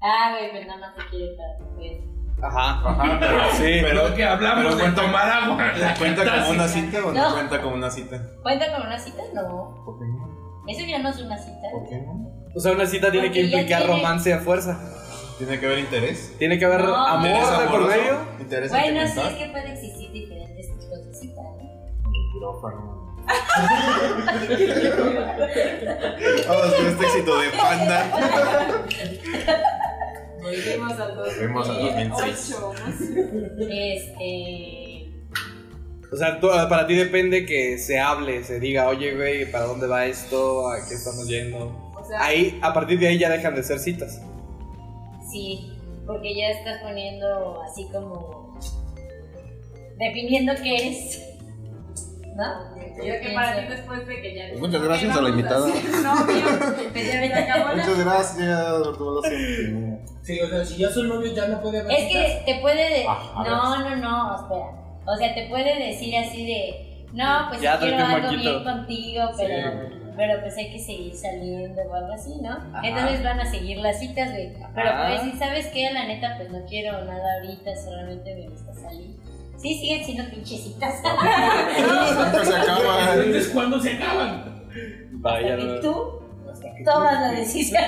Speaker 8: Ah, güey, pues nada más te quiero para pues.
Speaker 2: Ajá.
Speaker 5: Ajá, pero
Speaker 2: Sí.
Speaker 5: Pero
Speaker 3: Lo que hablamos
Speaker 5: pero
Speaker 3: de
Speaker 5: cuenta-
Speaker 3: tomar agua.
Speaker 5: ¿la cuenta como una
Speaker 8: cita.
Speaker 5: cita o no,
Speaker 8: No.
Speaker 5: cuenta como una cita?
Speaker 8: ¿Cuenta con una cita? No.
Speaker 5: ¿Por qué no?
Speaker 8: Eso ya no es una cita.
Speaker 5: ¿Por qué no?
Speaker 2: O sea, una cita tiene que
Speaker 8: Porque ya
Speaker 2: implicar
Speaker 8: tiene-
Speaker 2: romance a fuerza.
Speaker 5: ¿Tiene que haber interés?
Speaker 2: Tiene que haber
Speaker 8: No.
Speaker 5: ¿Interés
Speaker 2: amor de por
Speaker 5: amoroso?
Speaker 2: medio.
Speaker 5: ¿Interés
Speaker 8: Bueno, sí, es
Speaker 5: sentimental?
Speaker 8: que puede existir diferentes tipos de cita, ¿no?
Speaker 5: Micrófono. Vamos con este éxito de panda.
Speaker 4: Volvimos al
Speaker 5: Volvimos al
Speaker 4: 2008.
Speaker 8: Este.
Speaker 2: O sea, tú- ah, para ti depende que se hable, se diga, oye, güey, ¿para dónde va esto? ¿A qué estamos yendo?
Speaker 4: O sea,
Speaker 2: Ahí, a partir de ahí ya dejan de ser citas.
Speaker 8: Sí, porque ya estás poniendo así como. definiendo qué es. ¿No?
Speaker 4: yo que para ti después de que ya.
Speaker 5: Pues Muchas gracias a la invitada.
Speaker 4: No, tío.
Speaker 8: Inmediatamente acabó la-
Speaker 5: Muchas gracias, Arturo Lazo.
Speaker 3: Sí, o sea, si ya son novios ya no puede haber.
Speaker 8: Es
Speaker 3: citas.
Speaker 8: que te puede. de-
Speaker 5: Ah, a
Speaker 8: no, no, no, espera. O sea, te puede decir así de. No, pues
Speaker 2: Ya,
Speaker 8: sí
Speaker 2: tráete
Speaker 8: quiero
Speaker 2: un
Speaker 8: algo
Speaker 2: moquito.
Speaker 8: bien contigo, pero.
Speaker 3: Sí,
Speaker 8: Pero pues hay que seguir saliendo o algo así, ¿no? Entonces van a seguir las citas, güey. Pero
Speaker 2: Ajá.
Speaker 8: puedes decir, ¿sabes qué? La neta, pues no quiero nada ahorita, solamente me gusta salir. Sí, siguen siendo pinches citas.
Speaker 5: Nunca se acaba.
Speaker 3: Entonces, ¿cuándo se acaban?
Speaker 2: Vaya,
Speaker 8: Hasta que
Speaker 2: no.
Speaker 8: tú tomas la decisión.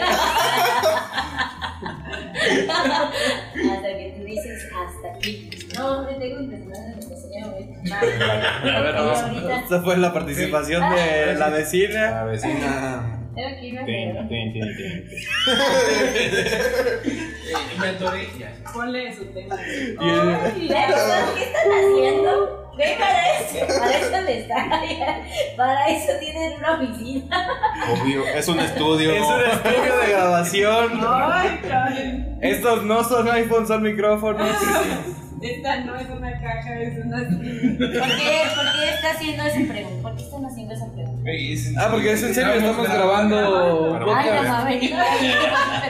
Speaker 8: hasta que tú dices hasta aquí. No, hombre, tengo un desmadre de diseño, güey.
Speaker 2: A ver,
Speaker 8: No, ahorita Ah,
Speaker 2: Esta fue la participación de la vecina.
Speaker 5: La vecina.
Speaker 8: tengo que irme.
Speaker 3: Me atoré. Ya, ya.
Speaker 4: Ponle su tema.
Speaker 8: Pero, ¿Qué están haciendo? Ve para eso, para eso les da. Para eso tienen una oficina.
Speaker 5: Obvio, es un estudio.
Speaker 2: Es un estudio de grabación.
Speaker 4: Ay, Karen.
Speaker 2: Estos no son iPhones, son micrófonos.
Speaker 4: Esta no es una caja, es una.
Speaker 8: ¿Por qué, por qué está haciendo esa pregunta? ¿Por qué están haciendo esa pregunta?
Speaker 3: Ey, es
Speaker 2: Ah, porque es en serio, estamos
Speaker 5: Ay,
Speaker 2: grabando
Speaker 5: no
Speaker 8: Ay, no
Speaker 2: podcast.
Speaker 8: mames.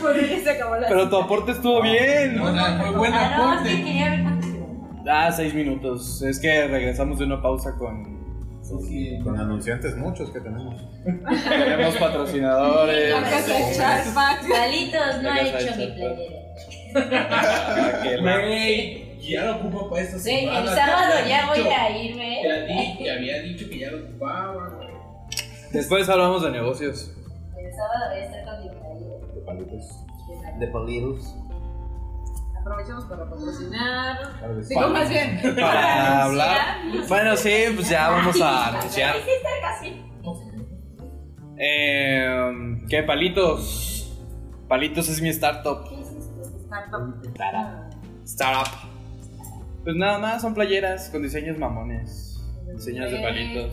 Speaker 4: ¿Por qué se acabó la
Speaker 2: Pero tu aporte estuvo bien.
Speaker 3: No, no, fue buen
Speaker 8: Ah, no, es que
Speaker 3: aporte.
Speaker 8: quería ver cuánto tiempo.
Speaker 2: Ah, seis minutos. Es que regresamos de una pausa con.
Speaker 3: Sí,
Speaker 5: Con anunciantes muchos que tenemos.
Speaker 2: Tenemos patrocinadores.
Speaker 4: Acá se charpa.
Speaker 8: Palitos, no
Speaker 2: Ya
Speaker 8: he
Speaker 2: sabes,
Speaker 8: hecho mi
Speaker 2: ya
Speaker 8: playera.
Speaker 2: Ah, que la-
Speaker 3: Güey, ya lo ocupo para esta
Speaker 8: Sí,
Speaker 4: Ah,
Speaker 3: semana.
Speaker 8: el sábado
Speaker 3: Te
Speaker 8: ya
Speaker 3: había
Speaker 8: voy
Speaker 3: dicho,
Speaker 8: a irme.
Speaker 3: Te, había- te había dicho que ya lo ocupaba, güey.
Speaker 2: Después hablamos de negocios.
Speaker 8: El sábado voy a estar con mi playera.
Speaker 5: De palitos.
Speaker 2: De poliros.
Speaker 4: Aprovechamos para patrocinar.
Speaker 5: Claro que sí.
Speaker 4: Digo, más bien.
Speaker 2: Para hablar.
Speaker 4: anunciar.
Speaker 2: Bueno, sí, pues ya vamos a anunciar.
Speaker 8: Sí, está casi.
Speaker 2: Eh, ¿Qué palitos? Palitos es mi startup.
Speaker 8: ¿Qué es esto?
Speaker 4: Exacto.
Speaker 2: Startup. Pues nada más, son playeras con diseños mamones. Diseños de palitos.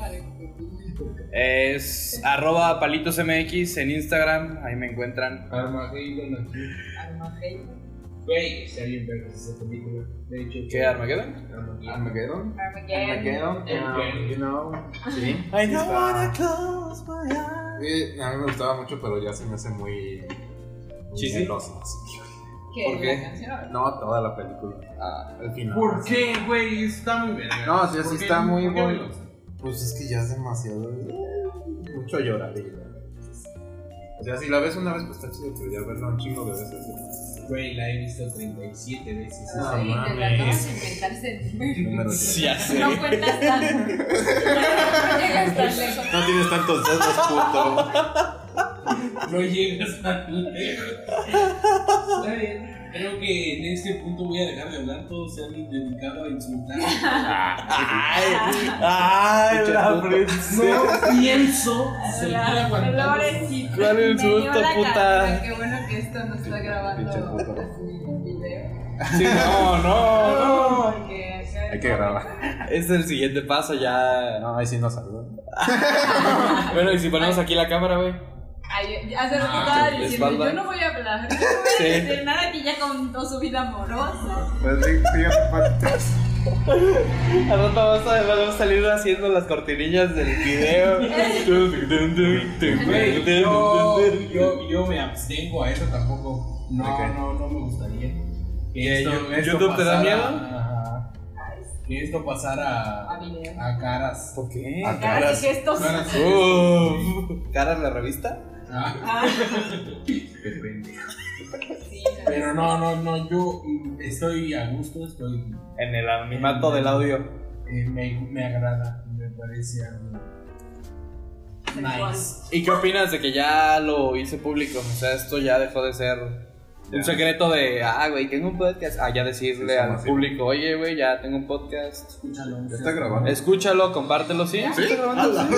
Speaker 2: Es arroba palitosmx en Instagram, ahí me encuentran.
Speaker 3: Armageddon aquí.
Speaker 4: Armageddon.
Speaker 3: Güey, está bien verga esa película. De hecho,
Speaker 2: ¿Qué Armageddon?
Speaker 3: Armageddon.
Speaker 5: Armageddon.
Speaker 4: Armageddon.
Speaker 5: Armageddon.
Speaker 3: Armageddon.
Speaker 5: um, You know. Sí.
Speaker 2: I
Speaker 5: don't wanna
Speaker 2: close my eyes.
Speaker 5: Sí, A mí me gustaba mucho, pero ya se me hace muy. muy
Speaker 2: ¿Sí, sí?
Speaker 5: meloso, así.
Speaker 4: ¿Qué?
Speaker 2: ¿Por qué?
Speaker 4: ¿La canción?
Speaker 5: No, toda la película. al final.
Speaker 3: ¿Por qué, güey? Está muy verga.
Speaker 5: No, sí, sí
Speaker 3: ¿Por qué?
Speaker 5: está muy
Speaker 3: ¿Por qué
Speaker 5: bueno.
Speaker 3: me gusta?
Speaker 5: Pues es que ya es demasiado. eh, Mucho llorar. y- O sea, si la ves una vez, pues está chido, pero ya verla un chingo de veces.
Speaker 3: Güey, la he visto 37 veces.
Speaker 5: No,
Speaker 4: Sí, te
Speaker 5: mames.
Speaker 4: tratamos de inventarse el número.
Speaker 5: Número
Speaker 2: Sí, ya sé.
Speaker 4: No cuentas tan. No llegas tan lejos.
Speaker 5: No tienes tantos dedos, puto.
Speaker 3: No llegas tan lejos. Está bien. Creo que en este punto voy a dejar de hablar. Todos se han dedicado a insultar.
Speaker 2: Ay, ay, la princesa.
Speaker 3: No pienso seguir
Speaker 4: Hola,
Speaker 3: aguantando.
Speaker 4: Florecita.
Speaker 2: ¿Cuál es el
Speaker 4: Me dio
Speaker 2: susto,
Speaker 4: la
Speaker 2: puta?
Speaker 4: cabeza. Qué bueno que esto no está
Speaker 5: Pinche
Speaker 4: grabando
Speaker 5: puto.
Speaker 4: así en video.
Speaker 2: Sí, no, no, no.
Speaker 4: Porque acá-
Speaker 5: Hay que grabar.
Speaker 2: Es el siguiente paso ya.
Speaker 5: No, ahí sí no saludan.
Speaker 2: Bueno, y si ponemos aquí la cámara, güey.
Speaker 4: Ay, yo- hace
Speaker 3: Ah,
Speaker 4: rato estaba
Speaker 2: de
Speaker 4: diciendo,
Speaker 2: espalda.
Speaker 4: yo no voy a hablar, yo no voy
Speaker 2: Sí.
Speaker 4: a decir nada aquí ya contó su vida amorosa.
Speaker 5: Pues sí, sí,
Speaker 2: Al rato vamos a, vamos a salir haciendo las cortinillas del video.
Speaker 3: Güey, yo, yo, yo me abstengo a eso tampoco. No,
Speaker 5: Ok.
Speaker 3: no, no me gustaría.
Speaker 2: ¿Qué,
Speaker 3: Que esto,
Speaker 2: yo-
Speaker 3: esto
Speaker 2: YouTube te da
Speaker 3: pasara-
Speaker 2: miedo?
Speaker 3: Ajá. Que esto pasara
Speaker 4: A
Speaker 3: a,
Speaker 4: video.
Speaker 3: a caras.
Speaker 2: ¿Por qué?
Speaker 5: Ah,
Speaker 4: Caras
Speaker 5: caras.
Speaker 4: y gestos.
Speaker 3: Caras.
Speaker 2: Uf. ¿Cara de la revista?
Speaker 3: Ah,
Speaker 4: Ah,
Speaker 3: qué pendejo.
Speaker 4: sí,
Speaker 3: Pero no, no, no, yo mm, estoy a gusto, estoy.
Speaker 2: En el anonimato del audio.
Speaker 3: eh, me, me agrada, me parece algo. Nice.
Speaker 2: ¿Y qué opinas de que ya lo hice público? O sea, esto ya dejó de ser un secreto de, ah, güey, tengo un podcast. Ah, ya decirle
Speaker 5: Sí, sí,
Speaker 2: al
Speaker 5: sí.
Speaker 2: público, oye, güey, ya tengo un podcast.
Speaker 3: Escúchalo.
Speaker 5: Ya está grabando.
Speaker 2: Escúchalo, compártelo, ¿sí? ¿Sí? está grabando, sí.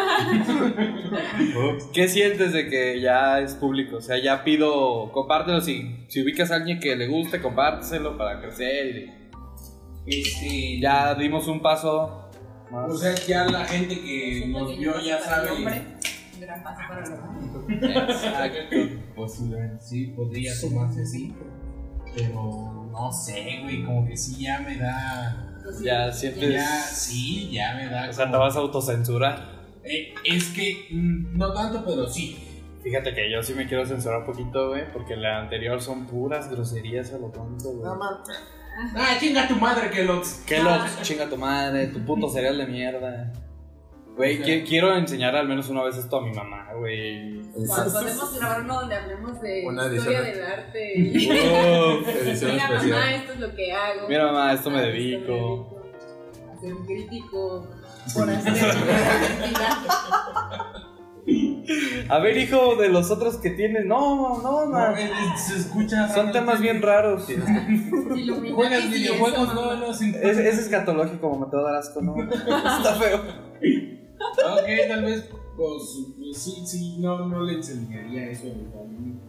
Speaker 5: Ups.
Speaker 2: ¿Qué sientes de que ya es público? O sea, ya pido, compártelo. Si, si ubicas a alguien que le guste, compárteselo para crecer. y-
Speaker 3: Este,
Speaker 2: Ya dimos un paso
Speaker 3: O
Speaker 2: más.
Speaker 3: sea, ya la gente que nos vio ya sabe. Ah.
Speaker 4: Gran paso para el hombre.
Speaker 3: Exacto. Posiblemente sí, podría tomarse así. Pero no sé, güey, como que sí ya me da.
Speaker 2: Ya sientes.
Speaker 3: Ya, sí, ya me da.
Speaker 2: O sea, te
Speaker 3: como-
Speaker 2: vas a autocensurar.
Speaker 3: Eh, es que mm, no tanto, pero sí.
Speaker 2: Fíjate que yo sí me quiero censurar un poquito, güey, porque la anterior son puras groserías a lo tonto, güey.
Speaker 3: Ah, chinga tu madre que lo.
Speaker 2: Que lo chinga tu madre, tu puto cereal de mierda. Güey,
Speaker 3: O sea.
Speaker 2: qui- quiero enseñar al menos una vez esto a mi mamá, güey.
Speaker 4: Podemos grabar uno donde hablemos de
Speaker 5: Una
Speaker 4: historia
Speaker 5: edición.
Speaker 4: del arte. y-
Speaker 5: Edición
Speaker 4: Mira, mamá,
Speaker 5: especial.
Speaker 4: esto es lo que hago.
Speaker 2: Mira, mamá, esto me
Speaker 4: Ah,
Speaker 2: dedico.
Speaker 4: A ser crítico. Por hacer.
Speaker 2: A ver, hijo, de los otros que tienes. No, no,
Speaker 3: No,
Speaker 2: no.
Speaker 3: eh, eh, se escucha.
Speaker 2: Son
Speaker 3: realmente-
Speaker 2: temas bien raros. Es,
Speaker 4: Illuminati y
Speaker 3: Juegas
Speaker 4: eso,
Speaker 3: videojuegos,
Speaker 4: mamá.
Speaker 3: no, no, sin.
Speaker 2: es escatológico, como te va a dar asco, ¿no? Está feo.
Speaker 3: Ok, tal vez. Pues, pues, sí, sí, no, no le enseñaría eso a mi familia.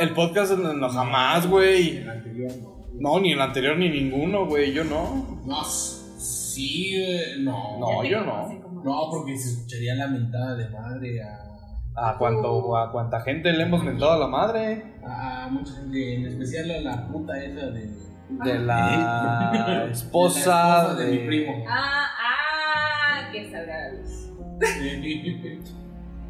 Speaker 2: El podcast no, no, jamás, güey.
Speaker 3: El anterior no.
Speaker 2: No, ni el anterior ni ninguno, güey. Yo no.
Speaker 3: No, sí, eh, no.
Speaker 2: No, yo no.
Speaker 4: Así como-
Speaker 3: No, porque se escucharía la mentada de madre a,
Speaker 2: A cuánto, a cuánta gente le hemos mentado a la madre.
Speaker 3: a mucha gente, en especial a la puta esa de.
Speaker 2: De la esposa
Speaker 3: de, la Ah. esposa de mi primo.
Speaker 4: Ah, ah, que sabrá la luz.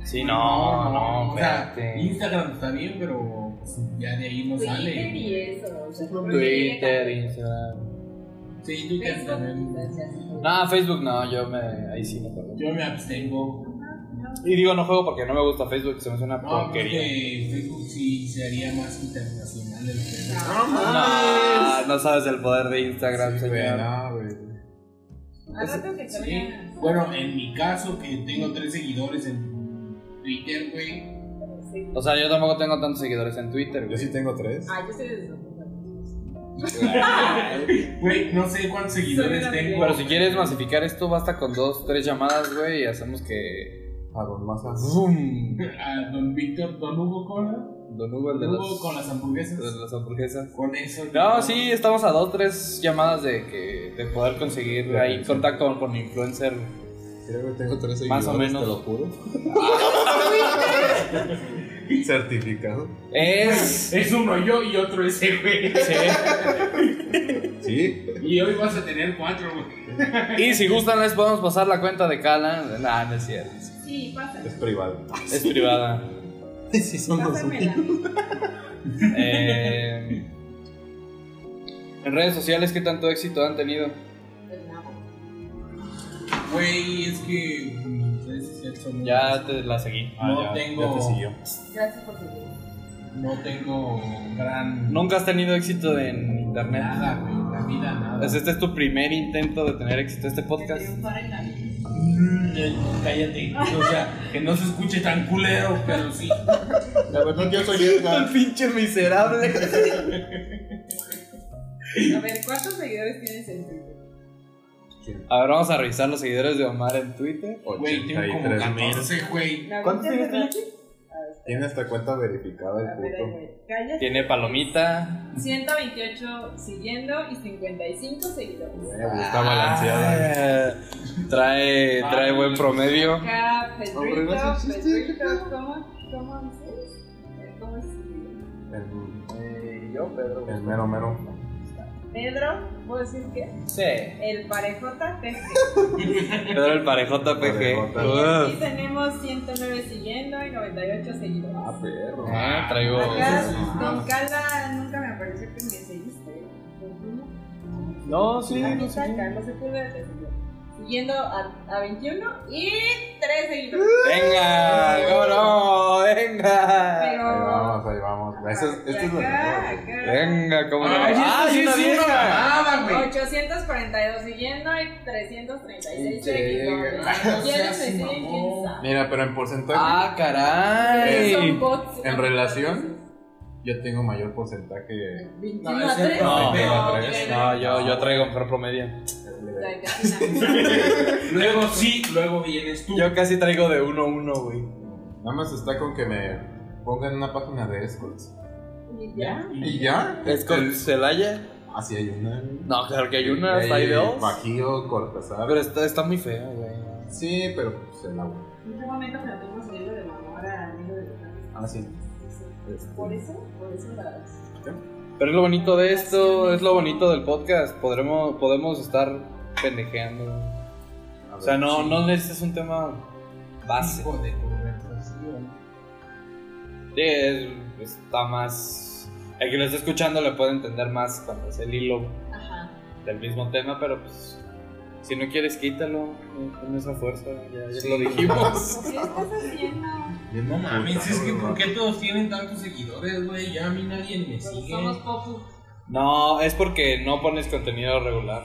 Speaker 2: Sí, no, no,
Speaker 3: O sea,
Speaker 2: espérate.
Speaker 3: Instagram está bien, pero pues, ya de ahí no
Speaker 4: Twitter
Speaker 3: sale.
Speaker 4: y eso. o sea,
Speaker 2: Twitter, Instagram.
Speaker 3: Sí, tú
Speaker 4: Facebook,
Speaker 3: también.
Speaker 4: quizás, ya.
Speaker 2: No, Facebook no, yo me. Ahí sí me acuerdo.
Speaker 3: Yo me abstengo.
Speaker 2: Y digo, no juego porque no me gusta Facebook, se me hace una
Speaker 3: No,
Speaker 2: porquería.
Speaker 3: porque Facebook sí se haría más internacional el tema.
Speaker 4: Ah,
Speaker 5: No
Speaker 4: pues,
Speaker 3: Ah.
Speaker 5: mames.
Speaker 2: No, no sabes el poder de Instagram,
Speaker 5: Sí, güey,
Speaker 2: señor.
Speaker 5: no, güey.
Speaker 4: Al rato que
Speaker 3: pues, Sí.
Speaker 4: salga-
Speaker 3: Bueno, en mi caso, que tengo tres seguidores en Twitter, güey.
Speaker 4: Sí.
Speaker 2: O sea, yo tampoco tengo tantos seguidores en Twitter,
Speaker 5: Yo
Speaker 2: güey.
Speaker 5: sí tengo tres.
Speaker 4: Ah, yo soy de esos.
Speaker 3: Güey, no sé cuántos seguidores
Speaker 4: Soy una
Speaker 3: tengo.
Speaker 2: Pero si quieres masificar esto, basta con dos, tres llamadas, güey, y hacemos que.
Speaker 5: A Don Maza.
Speaker 2: ¡Zoom!
Speaker 3: A don Víctor, don Hugo Cola.
Speaker 2: Don Hugo, el de
Speaker 3: Don Hugo
Speaker 2: los.
Speaker 3: con las hamburguesas.
Speaker 2: de las hamburguesas.
Speaker 3: Con eso.
Speaker 2: No, sí, estamos a dos, tres llamadas de que de poder conseguir ahí contacto con, con influencer.
Speaker 5: Creo que tengo tres seguidores.
Speaker 2: Más o menos.
Speaker 5: Te lo juro. Certificado.
Speaker 2: Es.
Speaker 3: Es uno yo y otro ese, güey.
Speaker 2: Sí.
Speaker 5: Sí.
Speaker 3: Y hoy vas a tener cuatro, güey.
Speaker 2: Y si gustan, les podemos pasar la cuenta de Cala. Nah, no es cierto.
Speaker 4: Sí, pásame.
Speaker 5: Es privado.
Speaker 2: Es privada.
Speaker 5: Sí, son los
Speaker 4: Pásamela.
Speaker 2: Eh, en redes sociales, ¿qué tanto éxito han tenido?
Speaker 4: Del nabo.
Speaker 3: Güey, es que. mm, redes sociales son-
Speaker 2: Ya te la seguí.
Speaker 3: No
Speaker 5: ya,
Speaker 3: tengo.
Speaker 5: ya te siguió.
Speaker 4: Gracias por tu tiempo.
Speaker 3: No tengo gran.
Speaker 2: Nunca has tenido éxito en internet.
Speaker 3: Nada, güey. La vida, nada.
Speaker 2: Pues este es tu primer intento de tener éxito este podcast.
Speaker 4: Triunfar en la vida.
Speaker 3: Mm, eh, Cállate, o sea, que no se escuche tan culero, pero sí.
Speaker 5: La verdad, yo soy Edgar.
Speaker 2: pinche miserable.
Speaker 4: A ver, ¿cuántos seguidores tienes en Twitter?
Speaker 2: A ver, vamos a revisar los seguidores de Omar en Twitter.
Speaker 3: Güey, tengo como
Speaker 5: 83,000.
Speaker 3: 14, güey.
Speaker 4: ¿La
Speaker 2: ¿Cuántos
Speaker 4: viste,
Speaker 2: tienes tú,
Speaker 4: verdad?
Speaker 5: Tiene esta cuenta verificada el
Speaker 4: A ver, ahí
Speaker 5: puto.
Speaker 4: voy. Cállate.
Speaker 2: Tiene palomita.
Speaker 4: 128 siguiendo y 55 seguidores.
Speaker 5: Güey, Está balanceada.
Speaker 2: Ah, trae, trae buen promedio.
Speaker 4: Acá, Pedrito,
Speaker 5: Ahora vas a
Speaker 4: Pedrito, ¿cómo, cómo dices? ¿Cómo es?
Speaker 5: El,
Speaker 2: Yo, Pedro.
Speaker 5: el mero mero.
Speaker 4: Pedro, ¿puedo decir qué?
Speaker 2: Sí.
Speaker 4: El parejota TG.
Speaker 2: Pedro el parejota PG.
Speaker 5: Parejota.
Speaker 4: Y tenemos 109 siguiendo y 98
Speaker 5: Ah,
Speaker 4: seguidores.
Speaker 5: perro.
Speaker 2: Ah, traigo.
Speaker 4: Acá,
Speaker 5: Oh, sí.
Speaker 4: Don Cala nunca me apareció que me seguiste. ¿Alguno?
Speaker 2: No, sí.
Speaker 4: Ah,
Speaker 2: no
Speaker 4: no,
Speaker 2: sé.
Speaker 4: Carlos Sepúlveda te siguió. Siguiendo a, a 21 y 3 seguidores.
Speaker 2: Venga, cómo no, venga.
Speaker 5: Ahí
Speaker 4: Pero.
Speaker 5: vamos, ahí vamos. Eso ah, es,
Speaker 4: Y
Speaker 5: esto es lo
Speaker 4: acá,
Speaker 5: mejor.
Speaker 4: acá.
Speaker 2: Venga, cómo no. Ah, sí,
Speaker 3: sí
Speaker 2: una
Speaker 3: es una
Speaker 2: vieja.
Speaker 3: mamada, güey.
Speaker 4: 842 siguiendo y 336 seguidores.
Speaker 3: Ay, no seas
Speaker 4: ¿Quiénes me siguen? ¿Quién
Speaker 3: mamón.
Speaker 4: sabe?
Speaker 5: Mira, pero en porcentaje,
Speaker 2: Ah,
Speaker 4: Pero son
Speaker 2: caray.
Speaker 4: bots.
Speaker 5: en relación, yo tengo mayor porcentaje.
Speaker 4: 21
Speaker 3: No,
Speaker 4: a
Speaker 3: es el
Speaker 4: 3.
Speaker 2: No,
Speaker 5: no,
Speaker 4: tres.
Speaker 2: No, yo, yo traigo mejor promedio.
Speaker 4: O sea, casi nada.
Speaker 3: Luego sí, luego vienes tú.
Speaker 2: Yo casi traigo de 1-1, uno, a uno, güey.
Speaker 5: Nada más está con que me pongan una página de escorts.
Speaker 4: Y ya.
Speaker 5: ¿Y ya?
Speaker 2: ¿Es con Celaya?
Speaker 5: Así hay una.
Speaker 2: No, claro que hay una, está ahí de dos.
Speaker 5: Bajío, Cortázar.
Speaker 2: Pero está, está muy fea, güey.
Speaker 5: Sí, pero pues el agua.
Speaker 4: ¿En qué momento planteamos el libro de mamá a amigo de Fernando?
Speaker 5: Ah, sí. Este,
Speaker 4: Por eso, por eso las.
Speaker 2: Pero es lo bonito de esto, es lo bonito del podcast. Podremos, podemos estar pendejeando.
Speaker 5: a ver,
Speaker 2: O sea, no,
Speaker 5: sí.
Speaker 2: no necesitas un tema base.
Speaker 9: Hijo de conversación.
Speaker 2: Sí, es- está más. El que lo está escuchando le puede entender más cuando es el hilo
Speaker 4: Ajá.
Speaker 2: del mismo tema, pero pues. Si no quieres, quítalo. no- Con esa fuerza, ya, ya
Speaker 5: Sí.
Speaker 2: lo dijimos.
Speaker 4: ¿Qué estás haciendo?
Speaker 5: Bien
Speaker 3: No mames, es que
Speaker 5: emputado,
Speaker 3: ¿por
Speaker 5: ¿no?
Speaker 3: qué todos tienen tantos seguidores, güey? Ya a mí nadie me
Speaker 4: Porque
Speaker 3: sigue.
Speaker 4: Pues somos popu.
Speaker 2: No, es porque no pones contenido regular.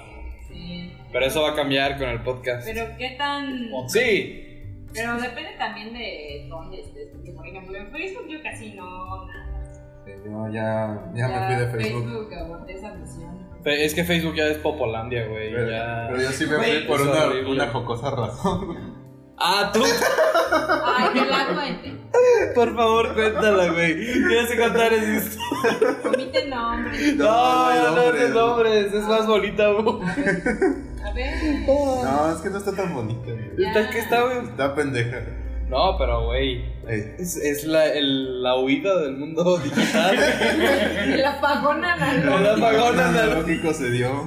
Speaker 4: Sí.
Speaker 2: Pero eso va a cambiar con el podcast.
Speaker 4: Pero qué tan.
Speaker 2: Sí,
Speaker 4: Pero depende también de dónde estés. Porque, por ejemplo, en Facebook yo casi no.
Speaker 5: Sí, no, ya, ya me fui de Facebook.
Speaker 4: Facebook aguanté esa misión.
Speaker 2: fe- es que Facebook ya es Popolandia, güey.
Speaker 5: Pero,
Speaker 2: ya-
Speaker 5: pero yo sí me
Speaker 2: Güey,
Speaker 5: fui por
Speaker 2: es
Speaker 5: una,
Speaker 2: horrible.
Speaker 5: una jocosa razón.
Speaker 2: Ah, tú,
Speaker 4: Ay, que la cuente.
Speaker 2: por favor, cuéntala, güey. Tienes que contar esa historia.
Speaker 4: Omite nombres.
Speaker 2: No, no, no,
Speaker 5: hombre,
Speaker 2: no, nombres, es más bonita, güey.
Speaker 4: A ver. A ver.
Speaker 5: No, es que no está tan bonita. güey.
Speaker 2: Está que está, güey.
Speaker 5: Está pendeja.
Speaker 2: No, pero, güey.
Speaker 5: Ey,
Speaker 2: Es, es la, el- la huida del mundo digital.
Speaker 4: La pagona
Speaker 2: El
Speaker 4: analógica.
Speaker 2: apagón
Speaker 5: Un
Speaker 2: anal-
Speaker 5: analógico se dio.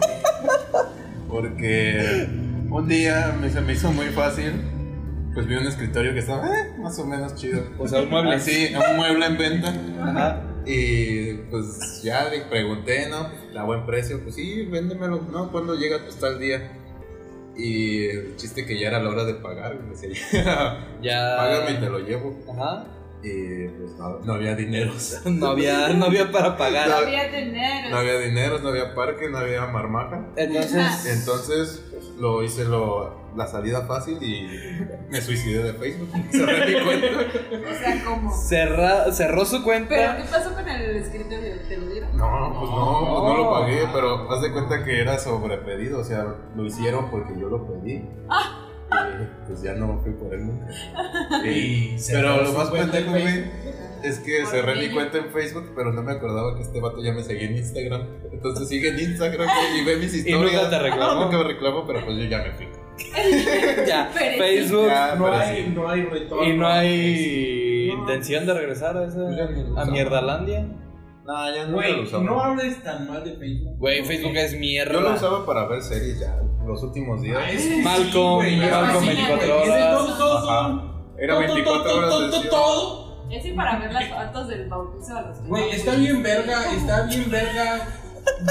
Speaker 5: Porque un día me, se me hizo muy fácil. Pues vi un escritorio que estaba eh, más o menos chido.
Speaker 2: O sea, un mueble.
Speaker 5: Así, un mueble en venta.
Speaker 2: Ajá.
Speaker 5: Y pues ya le pregunté, ¿no? A buen precio, pues sí, véndemelo, ¿no? cuando llega? Pues tal día. Y el chiste que ya era la hora de pagar, me decía, ya,
Speaker 2: Ya.
Speaker 5: págame y te lo llevo.
Speaker 2: Ajá.
Speaker 5: Y pues no, no había dineros.
Speaker 2: No había, no había para pagar.
Speaker 5: No.
Speaker 4: Había tener.
Speaker 5: No había dineros, no había parque, no había marmaja.
Speaker 2: Entonces,
Speaker 5: Entonces pues, lo hice lo, la salida fácil y me suicidé de Facebook. Cerré mi cuenta.
Speaker 4: O sea, como.
Speaker 2: cerra- cerró su
Speaker 4: Pero,
Speaker 2: cuenta.
Speaker 4: ¿qué pasó con el escritorio? ¿Te lo dieron?
Speaker 5: No, pues no, pues no lo pagué, pero haz de cuenta que era sobrepedido, o sea, lo hicieron porque yo lo pedí. Y, pues ya no fui por él nunca. Y-
Speaker 3: se
Speaker 5: pero
Speaker 3: acabó
Speaker 5: lo
Speaker 3: su
Speaker 5: más
Speaker 3: cuenta en
Speaker 5: pendejo, güey, es que
Speaker 4: ¿Por
Speaker 5: cerré
Speaker 4: qué?
Speaker 5: mi cuenta en Facebook, pero no me acordaba que este vato ya me seguía en Instagram. Entonces sigue en Instagram güey, y ve mis
Speaker 2: Y nunca
Speaker 5: historias.
Speaker 2: te reclamó.
Speaker 5: Nunca me reclamo, pero pues yo ya me fui.
Speaker 2: Ya,
Speaker 4: Pero
Speaker 2: Facebook.
Speaker 5: Ya,
Speaker 3: No
Speaker 5: pero
Speaker 3: hay,
Speaker 5: sí.
Speaker 3: no hay retorno.
Speaker 2: Y no
Speaker 3: Es-
Speaker 2: hay
Speaker 3: No.
Speaker 2: intención de regresar a
Speaker 5: Ya ni lo
Speaker 2: esa. A
Speaker 5: usamos.
Speaker 2: Mierdalandia.
Speaker 5: No, ya nunca lo
Speaker 3: Güey,
Speaker 5: usaba.
Speaker 3: no hables tan mal de Facebook.
Speaker 2: Güey,
Speaker 3: Porque-
Speaker 2: Facebook es
Speaker 5: Yo lo
Speaker 2: mierda.
Speaker 5: usaba para ver series ya, los últimos días.
Speaker 3: Ah, es que
Speaker 2: Malcolm,
Speaker 3: sí, güey,
Speaker 4: Malcolm
Speaker 3: es que sí,
Speaker 2: 24
Speaker 3: güey, es que
Speaker 2: horas.
Speaker 3: todo, todo, todo,
Speaker 5: Ajá. Era
Speaker 3: todo,
Speaker 5: 24
Speaker 3: todo,
Speaker 5: horas
Speaker 3: todo,
Speaker 5: de
Speaker 3: todo,
Speaker 5: sesión.
Speaker 3: todo.
Speaker 4: Es así para ver las fotos del bautizo a los que
Speaker 3: Güey,
Speaker 4: no.
Speaker 3: está bien verga, está bien verga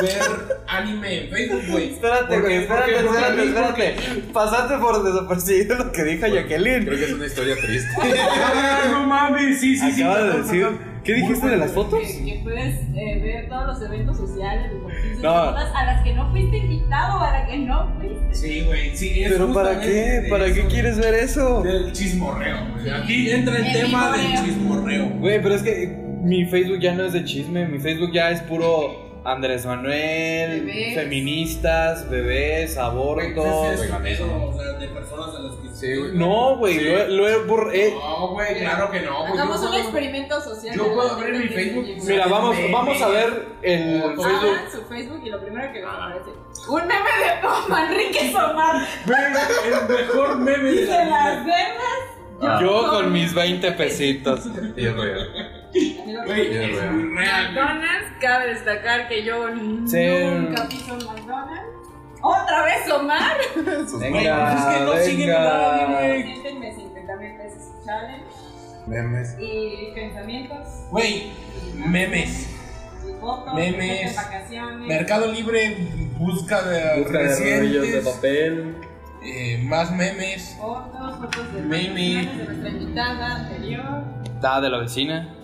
Speaker 3: ver anime en Facebook, güey.
Speaker 2: Espérate, güey, espérate, espérate, espérate. Pasaste por desapercibido lo que dijo Jacqueline.
Speaker 5: Creo que es una historia triste.
Speaker 3: Ah, no mames, sí, sí, sí.
Speaker 2: Acaba de
Speaker 3: perdón,
Speaker 2: decir.
Speaker 3: perdón.
Speaker 2: ¿Qué dijiste de las fotos?
Speaker 4: Que, que puedes eh, ver todos los eventos sociales, los bautizos,
Speaker 2: No.
Speaker 4: las bodas a las que no fuiste invitado, a las que no fuiste.
Speaker 3: Sí, güey, sí. es
Speaker 2: Pero ¿para
Speaker 3: justamente
Speaker 2: qué?
Speaker 3: de
Speaker 2: ¿Para
Speaker 3: eso,
Speaker 2: qué
Speaker 3: güey.
Speaker 2: quieres ver eso?
Speaker 3: Del chismorreo, güey. Aquí entra el
Speaker 4: El
Speaker 3: tema del
Speaker 4: chismorreo.
Speaker 3: chismorreo. güey.
Speaker 2: Güey, pero es que mi Facebook ya no es de chisme, mi Facebook ya es puro Andrés Manuel,
Speaker 4: Bebés.
Speaker 2: feministas, bebés, aborto.
Speaker 3: Entonces,
Speaker 5: veganismo.
Speaker 3: eso, o sea, de personas a las que
Speaker 5: Sí, güey.
Speaker 2: No, güey,
Speaker 5: Sí.
Speaker 2: lo, he- lo he borr- eh,
Speaker 3: No, güey, claro que no, güey.
Speaker 4: Hagamos
Speaker 3: pues Yo
Speaker 4: un
Speaker 3: puedo-
Speaker 4: experimento social.
Speaker 3: yo
Speaker 4: de la
Speaker 3: puedo
Speaker 4: gente
Speaker 3: abrir mi
Speaker 4: que
Speaker 3: Facebook.
Speaker 4: no llegó.
Speaker 2: Mira, vamos,
Speaker 3: Meme.
Speaker 2: vamos a ver el
Speaker 3: Fotos.
Speaker 2: Facebook.
Speaker 4: Abran su Facebook y lo primero que les aparece. Un meme de Pau Manrique Somar.
Speaker 3: Güey, el mejor meme
Speaker 4: Y
Speaker 3: de
Speaker 4: de
Speaker 3: la
Speaker 4: las
Speaker 3: vida.
Speaker 4: demás.
Speaker 3: Ah.
Speaker 2: Yo con mis 20 pesitos.
Speaker 5: Y es real.
Speaker 3: Güey,
Speaker 5: Bien,
Speaker 3: es
Speaker 5: real.
Speaker 3: muy real. güey.
Speaker 4: McDonald's, cabe destacar que yo
Speaker 2: Sí.
Speaker 4: nunca piso en McDonald's. ¿Otra vez Omar?
Speaker 5: Sus
Speaker 3: Güey, pues es que no siguen
Speaker 2: venga.
Speaker 3: nada, güey.
Speaker 4: Siéntenme 50 mil pesos challenge
Speaker 5: memes.
Speaker 4: y pensamientos.
Speaker 3: Güey, memes.
Speaker 4: Y fotos,
Speaker 3: Memes.
Speaker 4: de vacaciones.
Speaker 3: Mercado Libre busca de recientes,
Speaker 2: papel.
Speaker 3: eh, más memes.
Speaker 4: Fotos, fotos de
Speaker 3: Meme.
Speaker 4: vacaciones de nuestra invitada anterior.
Speaker 2: Da de la vecina.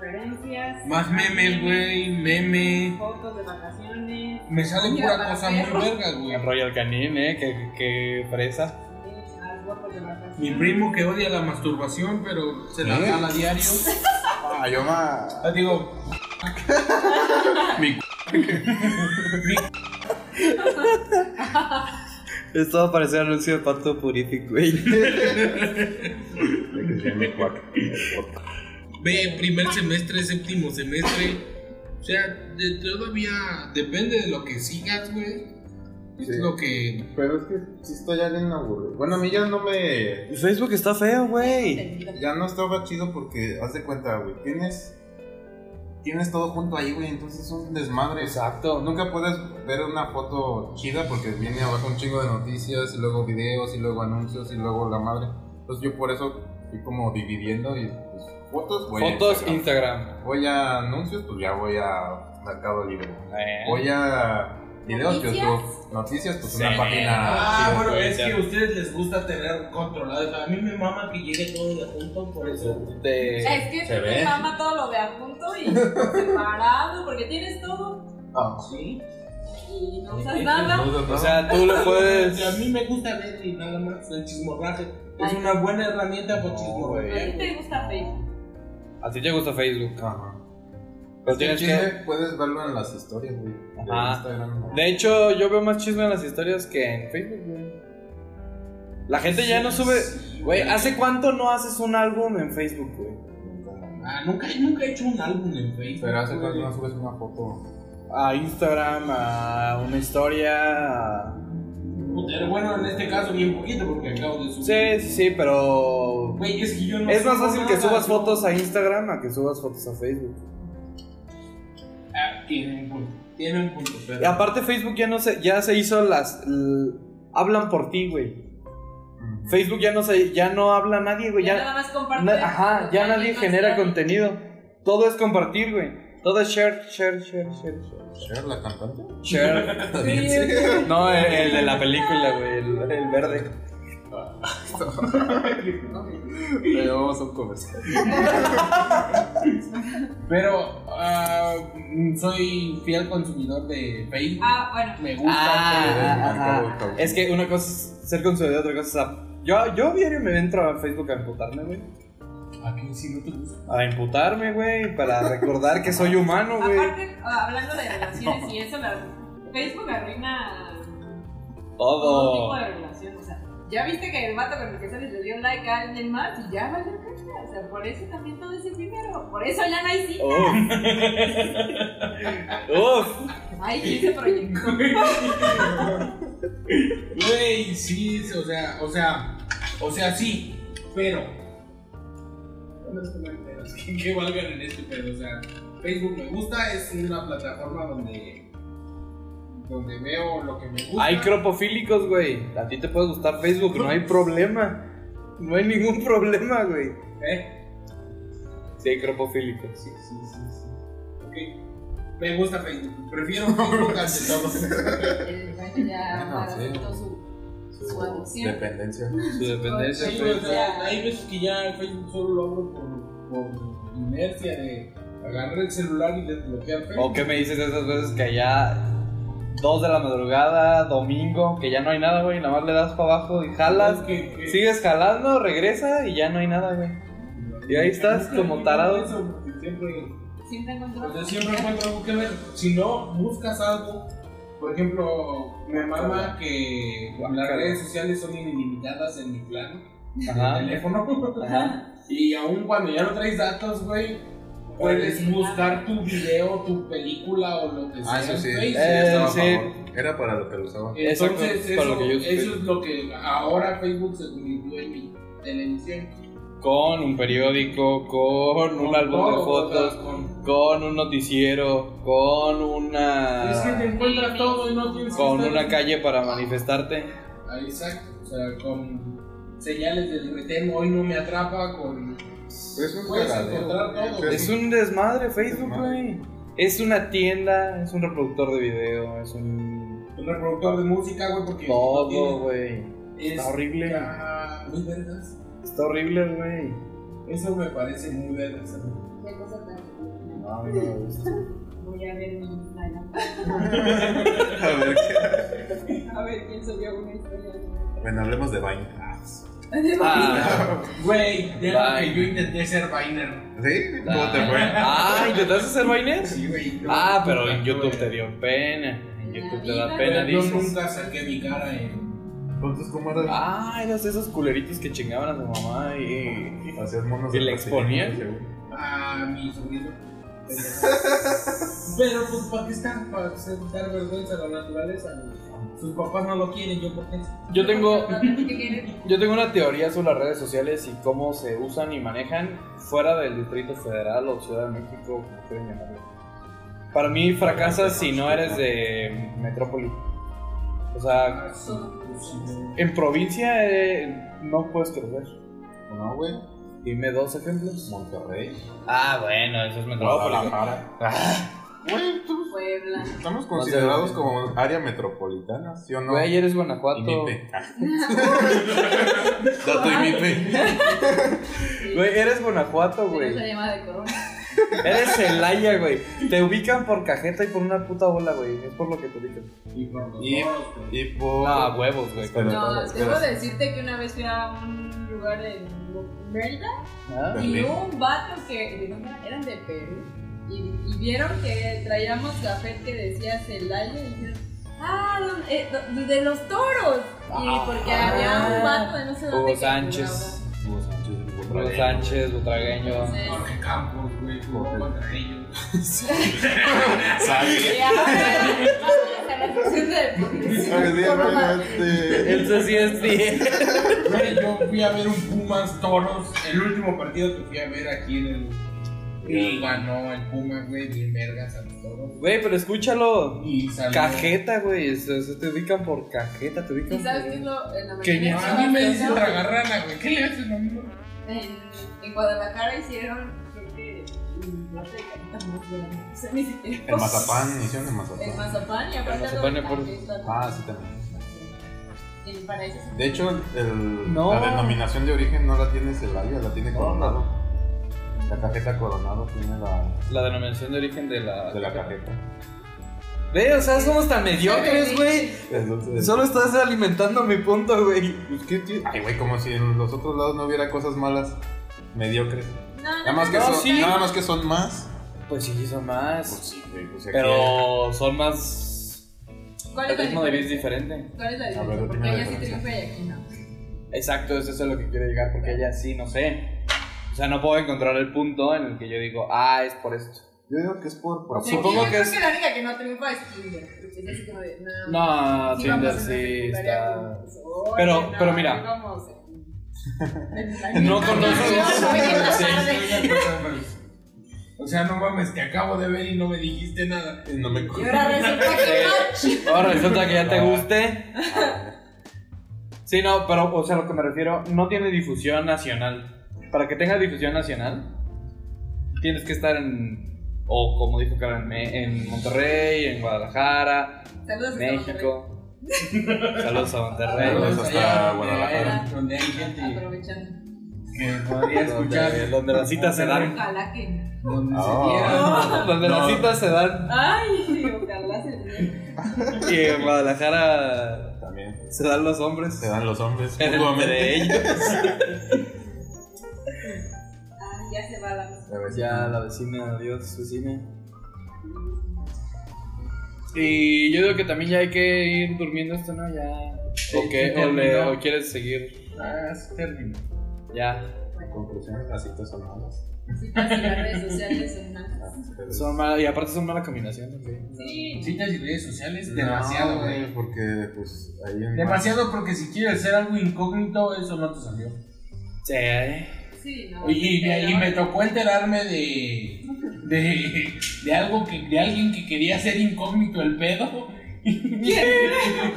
Speaker 4: Referencias.
Speaker 3: Más memes, güey, meme.
Speaker 4: Fotos de vacaciones.
Speaker 3: Me sale
Speaker 4: Mira,
Speaker 3: pura cosa muy
Speaker 4: perro.
Speaker 3: verga, güey.
Speaker 2: El Royal Canin, eh, que, que fresa.
Speaker 4: eh, algo de vacaciones.
Speaker 3: Mi primo que odia la masturbación, pero se la
Speaker 5: ¿Eh?
Speaker 3: gana a diario.
Speaker 5: Ah, yo ma.
Speaker 3: Ah, digo,
Speaker 5: Mi c-
Speaker 2: Esto va a parecer anuncio de pacto purific, güey.
Speaker 5: de que se llama cuac.
Speaker 3: ve, primer semestre, séptimo semestre. sea, de- todavía depende de lo que sigas, güey. Es
Speaker 5: Sí.
Speaker 3: lo que.
Speaker 5: Pero es que sí estoy ya bien aburrido. Bueno, a mí ya no me.
Speaker 2: Facebook está feo, güey.
Speaker 4: Entendida.
Speaker 5: Ya no estaba chido porque, haz de cuenta, güey. Tienes. Tienes todo junto ahí, güey. Entonces es un desmadre.
Speaker 2: Exacto.
Speaker 5: Nunca puedes ver una foto chida porque viene abajo un chingo de noticias y luego videos y luego anuncios y luego la madre. Entonces yo por eso fui como dividiendo y pues, fotos, voy a
Speaker 2: Fotos,
Speaker 5: Instagram.
Speaker 2: Instagram.
Speaker 5: Voy a anuncios, pues ya voy a Mercado Libre.
Speaker 2: Eh.
Speaker 5: Voy a videos,
Speaker 8: Noticias.
Speaker 5: YouTube. Noticias, pues
Speaker 2: Sí.
Speaker 5: una página.
Speaker 3: Ah,
Speaker 5: chida,
Speaker 3: bueno,
Speaker 5: güey.
Speaker 3: es que a ustedes les gusta tener controlado. A mí me mama que llegue todo de junto, por eso.
Speaker 2: De...
Speaker 4: Es que
Speaker 5: se
Speaker 4: se
Speaker 5: ve.
Speaker 4: te mama todo lo de adjunto y separado, porque tienes todo
Speaker 5: Ah,
Speaker 3: Sí.
Speaker 4: y no
Speaker 3: Sí,
Speaker 4: usas nada.
Speaker 5: Pues no, no, no.
Speaker 2: O sea, tú lo puedes.
Speaker 3: A mí me gusta ver y nada más el chismorraje. Es
Speaker 4: Ay.
Speaker 3: una buena herramienta para
Speaker 5: No,
Speaker 3: chismorraje.
Speaker 4: ¿A ti te gusta Facebook?
Speaker 2: A ti te gusta Facebook.
Speaker 5: Ajá.
Speaker 2: Pero
Speaker 5: Es que
Speaker 2: Pues tienes
Speaker 5: chisme
Speaker 2: que.
Speaker 5: puedes verlo en las historias, güey. de
Speaker 2: Ajá.
Speaker 5: Instagram. ¿no?
Speaker 2: De hecho, yo veo más chisme en las historias que en Facebook, güey. La gente este ya no sube.
Speaker 3: Sí,
Speaker 2: Güey, ¿hace cuánto no haces un álbum en Facebook, güey?
Speaker 3: Ah, nunca, nunca he hecho un álbum en Facebook.
Speaker 5: Pero hace cuando
Speaker 3: güey.
Speaker 5: no subes una foto.
Speaker 2: A Instagram, a una historia. a-
Speaker 3: Pero bueno, en este caso bien poquito porque acabo de subir.
Speaker 2: Sí, sí, sí, pero.
Speaker 3: Güey, es que yo no
Speaker 2: Es más
Speaker 3: subo
Speaker 2: fácil que
Speaker 3: nada,
Speaker 2: subas
Speaker 3: yo-
Speaker 2: fotos a Instagram a que subas fotos a Facebook.
Speaker 3: Ah, tiene un punto. Tiene un punto, pero.
Speaker 2: Y aparte, Facebook ya no se, ya se hizo las. l- hablan por ti, güey.
Speaker 5: Mm,
Speaker 2: Facebook ya no se, ya no habla nadie, güey.
Speaker 4: Ya,
Speaker 2: Pues Ya,
Speaker 4: nada más compartes.
Speaker 2: na- ajá,
Speaker 4: lo que
Speaker 2: ya
Speaker 4: alguien
Speaker 2: nadie
Speaker 4: más
Speaker 2: genera
Speaker 4: trae.
Speaker 2: contenido. Todo es compartir, güey. Todo es share, share, share, share, share.
Speaker 5: ¿Cher, la cantante?
Speaker 2: Share. No, el, el de la película, güey, el, el verde. Eh,
Speaker 5: Le vamos a un comercial.
Speaker 3: Pero ah, soy fiel consumidor de Facebook.
Speaker 4: Ah, bueno.
Speaker 3: Me gusta.
Speaker 2: Ah,
Speaker 5: ajá.
Speaker 2: ajá. Es que una cosa es ser consumidor, otra cosa es. a- Yo, yo diario me entro a Facebook a emputarme, güey.
Speaker 3: pero- A mí sí no te gusta.
Speaker 2: A imputarme, güey, para recordar que soy humano, güey.
Speaker 4: Aparte, ah, hablando de relaciones y eso, la- Facebook arruina todo tipo
Speaker 2: Todo.
Speaker 4: de relación. O sea, ya viste que el vato con el que sales le dio like a alguien más y ya valió caca. O sea, por eso también todo ese primero. Por eso ya no hay cita.
Speaker 2: Uf. Uf.
Speaker 4: Ay, sí, se proyectó.
Speaker 3: Güey, sí, o sea, o sea, o sea, sí, pero. No es que no hay peros, que- que valgan en este pedo, o sea, Facebook me gusta, es una plataforma donde. donde veo lo que me gusta.
Speaker 2: Hay cropofílicos, güey. A ti te puede gustar Facebook, no hay problema. No hay ningún problema, güey.
Speaker 3: ¿Eh?
Speaker 2: Sí, hay cropofílicos.
Speaker 3: Sí, sí, sí, sí. Ok. Me gusta Facebook, prefiero Facebook ante todo.
Speaker 4: El baño ya
Speaker 5: Ah, sí.
Speaker 4: aceptó su. Su adicción.
Speaker 5: Dependencia.
Speaker 2: Su dependencia,
Speaker 3: Sí,
Speaker 2: güey.
Speaker 3: o sea, hay veces que ya Facebook solo lo abro por, por inercia de agarrar el celular y desbloquear Facebook.
Speaker 2: ¿O qué me dices esas veces que allá 2 de la madrugada, domingo, que ya no hay nada, güey? Nada más le das para abajo y jalas.
Speaker 3: Que- que-
Speaker 2: Sigues jalando, regresa y ya no hay nada, güey. Y ahí estás como tarado.
Speaker 3: Eso, porque Siempre,
Speaker 4: Siempre encontró.
Speaker 3: o sea, Pues siempre encuentro algo que ver. Si no, buscas algo. Por ejemplo, me mama que las redes sociales son ilimitadas en mi plan de
Speaker 2: Ajá.
Speaker 3: teléfono.
Speaker 2: Ah. Ajá.
Speaker 3: Y aún cuando ya no traes datos, güey, puedes buscar tu video, tu película o lo que sea.
Speaker 5: Ah, eso sí.
Speaker 3: en
Speaker 5: sí,
Speaker 3: Facebook.
Speaker 5: estaba a
Speaker 2: sí. Eh,
Speaker 5: favor. Era para lo que lo usaba.
Speaker 2: Eso
Speaker 3: Entonces,
Speaker 2: es
Speaker 3: eso,
Speaker 2: para lo que yo usé.
Speaker 3: eso es lo que ahora Facebook se convirtió en mi televisión.
Speaker 2: Con un periódico, con un álbum de
Speaker 3: todo, o sea,
Speaker 2: fotos,
Speaker 3: con-
Speaker 2: con un noticiero, con
Speaker 3: Es que te
Speaker 2: una.
Speaker 3: encuentras todo y no tienes que
Speaker 2: con
Speaker 3: estar-
Speaker 2: una calle para manifestarte.
Speaker 3: Ah, Exacto, o sea, con señales del retén hoy no me atrapa, con...
Speaker 5: Es un
Speaker 3: Puedes
Speaker 5: cagadero.
Speaker 3: encontrar todo.
Speaker 5: Es
Speaker 2: Es un desmadre Facebook, güey. Es una tienda, es un reproductor de video, es un.
Speaker 3: Un reproductor de música, güey, porque... no
Speaker 2: Todo,
Speaker 3: tiene-
Speaker 2: güey.
Speaker 3: es-
Speaker 2: Está horrible.
Speaker 3: Ah, Muy vergas.
Speaker 2: Está horrible, güey.
Speaker 3: Eso me parece muy vergas.
Speaker 8: Qué cosa tan horrible.
Speaker 2: No, a mí no me gusta.
Speaker 4: Voy a ver mi Instagram.
Speaker 5: A ver, ¿qué?
Speaker 4: A ver quién subió una historia.
Speaker 5: Bueno, hablemos de Vine. Ah,
Speaker 2: Ah,
Speaker 3: Güey, deja
Speaker 2: Vine.
Speaker 3: que yo intenté ser Viner.
Speaker 5: ¿Sí? ¿Cómo te fue?
Speaker 2: Ah, ¿intentaste hacer bailes?
Speaker 3: Sí, güey. no,
Speaker 2: Ah, pero
Speaker 3: nunca
Speaker 2: en YouTube
Speaker 3: tuve-
Speaker 2: te dio pena. En YouTube te da
Speaker 3: Pero
Speaker 2: pena,
Speaker 3: Yo
Speaker 2: dices.
Speaker 3: nunca saqué mi cara en...
Speaker 5: Entonces, ¿cómo era?
Speaker 2: Ah, eras esos culeritos que chingaban a su mamá y.
Speaker 5: Hacías monos
Speaker 2: ¿Y le
Speaker 5: plastilina,
Speaker 2: exponían?
Speaker 5: seguro.
Speaker 3: A mi sobrino. Pero pues ¿para qué están? Para dar vergüenza a la naturaleza. güey. Sus papás no lo quieren, yo por qué.
Speaker 2: Yo tengo,
Speaker 4: ¿Qué quieres?
Speaker 2: yo tengo una teoría sobre las redes sociales y cómo se usan y manejan fuera del Distrito Federal o Ciudad de México, como quieran llamarlo. Para mí fracasas si no eres de metrópoli. O sea, en provincia eh, no puedes crecer.
Speaker 5: No, güey.
Speaker 2: Dime dos ejemplos.
Speaker 5: Monterrey.
Speaker 2: Ah, bueno, eso es
Speaker 5: Guadalajara.
Speaker 2: Ah.
Speaker 5: Güey, tú-
Speaker 4: Puebla.
Speaker 5: estamos considerados como área metropolitana, ¿sí o no?
Speaker 2: Güey, eres Guanajuato.
Speaker 5: IMIPE. Dato IMIPE.
Speaker 4: Sí.
Speaker 2: Güey, eres Guanajuato,
Speaker 4: Tienes la
Speaker 2: güey.
Speaker 4: llamada de corona.
Speaker 2: Eres Celaya, güey. Te ubican por cajeta y por una puta bola, güey. Es por lo que te ubican.
Speaker 3: Y por los
Speaker 5: Y-
Speaker 3: moros, güey.
Speaker 5: Y por.
Speaker 2: Ah, huevos, güey.
Speaker 5: Espera.
Speaker 4: No,
Speaker 5: Gracias.
Speaker 4: debo decirte que una vez fui a un lugar en Mérida
Speaker 2: Ah.
Speaker 4: y
Speaker 5: Berlín.
Speaker 4: un vato que de dónde eran de Perú y, y vieron que traíamos café que decía Celaya y dijeron, ah, don- eh, do- de los toros. Y porque había un vato de no sé dónde.
Speaker 2: Hugo
Speaker 4: que
Speaker 2: Sánchez.
Speaker 5: Hugo Sánchez, Hugo
Speaker 2: Hugo
Speaker 5: Sánchez.
Speaker 2: Sánchez, Botragueño.
Speaker 4: jugaba. Entonces,
Speaker 3: Jorge Campos, güey, jugó contra ellos.
Speaker 5: Sabía.
Speaker 4: y ahora vamos a la sección de deportes.
Speaker 5: Sabía, realmente.
Speaker 2: Eso sí es 10.
Speaker 3: Güey, yo fui a ver un Pumas Toros, el último partido que fui a ver aquí en el. Y ganó el Pumas, güey, bien vergas a los toros.
Speaker 2: Güey, pero escúchalo.
Speaker 3: Y salió.
Speaker 2: Cajeta, güey. Se, se te ubican por cajeta, te
Speaker 4: ¿Y
Speaker 2: ubican
Speaker 4: sabes qué es
Speaker 2: por...
Speaker 4: lo en la
Speaker 2: Que
Speaker 4: mañana
Speaker 3: No,
Speaker 4: estaba
Speaker 3: a mí me dicen
Speaker 4: pensando-
Speaker 3: tragarrana, güey. ¿Qué le haces, mamá?
Speaker 4: En, en Guadalajara hicieron, creo que, la de cajitas más grande. O sea, ni siquiera.
Speaker 5: El mazapán, hicieron el mazapán.
Speaker 4: En Mazapán y
Speaker 2: En
Speaker 4: aparte
Speaker 2: Mazapán
Speaker 4: lo de
Speaker 2: y por-
Speaker 4: cajeta, ¿no?
Speaker 5: Ah, sí, también.
Speaker 4: Y para eso se-
Speaker 5: De hecho, el-
Speaker 2: No.
Speaker 5: la denominación de origen no la tiene Celaya, la tiene Coronado. La cajeta Coronado tiene la
Speaker 2: La denominación de origen de la...
Speaker 5: de la cajeta.
Speaker 2: Ve, o sea, somos tan mediocres, güey.
Speaker 5: El dulce de-
Speaker 2: Solo estás alimentando mi punto, güey.
Speaker 5: Pues, ¿qué tiene? Ay, güey, como si en los otros lados no hubiera cosas malas, mediocres.
Speaker 4: No,
Speaker 5: Nada
Speaker 4: no,
Speaker 5: más que,
Speaker 2: No,
Speaker 5: son,
Speaker 2: sí.
Speaker 5: nada más que son más.
Speaker 2: Pues sí, son
Speaker 5: Pues
Speaker 2: más.
Speaker 5: sí, güey, pues aquí-
Speaker 2: Pero son más.
Speaker 4: ¿Cuál
Speaker 2: El
Speaker 4: es la
Speaker 2: ritmo de vida es
Speaker 4: diferencia?
Speaker 2: diferente.
Speaker 4: ¿Cuál es la
Speaker 5: A ver,
Speaker 4: diferencia? Porque
Speaker 5: dime la
Speaker 4: allá sí
Speaker 5: diferencia.
Speaker 4: triunfa y aquí no.
Speaker 2: Exacto, eso es a lo que quiero llegar, porque ella sí, no sé. O sea, no puedo encontrar el punto en el que yo digo, ah, es por esto.
Speaker 5: Yo digo que es por por-
Speaker 4: Aquí
Speaker 2: Supongo
Speaker 4: yo
Speaker 2: que
Speaker 4: creo
Speaker 2: es-
Speaker 4: que la única que no triunfa es Tinder. porque es así como de, no,
Speaker 2: No,
Speaker 4: sí
Speaker 2: Ah, Tinder
Speaker 4: vamos en la
Speaker 2: sí
Speaker 4: secundaria
Speaker 2: está.
Speaker 4: juntos. Oye,
Speaker 2: Pero-
Speaker 4: no,
Speaker 2: pero mira.
Speaker 4: ahí vamos en- en la
Speaker 2: No
Speaker 4: misma
Speaker 2: conozco-
Speaker 4: canción, hoy en la
Speaker 2: Sí.
Speaker 4: tarde.
Speaker 3: O sea, no mames, te acabo de ver y no me dijiste nada.
Speaker 5: No me
Speaker 8: Y ahora resulta que no.
Speaker 2: Ahora resulta que ya te guste. Sí, no, pero, o sea, lo que me refiero, no tiene difusión nacional. Para que tenga difusión nacional, tienes que estar en. O como dijo Karen, me- en Monterrey, en Guadalajara,
Speaker 4: Saludos hasta Monterrey.
Speaker 2: México. Saludos a Monterrey.
Speaker 5: Saludos hasta
Speaker 3: Allá,
Speaker 5: Guadalajara.
Speaker 3: Donde hay gente
Speaker 4: Aprovechando.
Speaker 3: que podría escuchar.
Speaker 2: Donde, donde las citas se dan.
Speaker 4: Ojalá que no.
Speaker 3: Donde se
Speaker 5: Oh.
Speaker 3: diera.
Speaker 2: Donde las
Speaker 3: No.
Speaker 2: citas se dan.
Speaker 4: Ay, ojalá se dé.
Speaker 2: Y en Guadalajara
Speaker 5: También
Speaker 2: se dan los hombres.
Speaker 5: se dan los hombres
Speaker 2: Entre
Speaker 5: mutuamente.
Speaker 2: ellos.
Speaker 4: Ah, ya se va la música.
Speaker 5: A ver,
Speaker 2: Ya la vecina, adiós vecina. Y yo digo que también ya hay que ir durmiendo esto, ¿no? Ya.
Speaker 3: sí,
Speaker 2: ¿O, qué? o,
Speaker 3: terminó.
Speaker 2: le- o quieres seguir?
Speaker 3: Ah, se terminó.
Speaker 2: Ya.
Speaker 5: Conclusiones, las citas son malas.
Speaker 4: Sí, pues, y las redes sociales son malas.
Speaker 5: Pero-
Speaker 2: Son mala- y aparte son mala combinación también.
Speaker 4: Sí.
Speaker 3: Citas y redes sociales,
Speaker 5: No,
Speaker 3: demasiado, güey.
Speaker 5: Porque, pues, ahí en.
Speaker 3: Demasiado porque si quieres ser algo incógnito, eso no te salió.
Speaker 2: Sí. ¿eh?
Speaker 4: Sí, no.
Speaker 3: Oye, y, me- y
Speaker 4: pero-
Speaker 3: me tocó enterarme de, de, de algo que, de alguien que quería ser incógnito el pedo.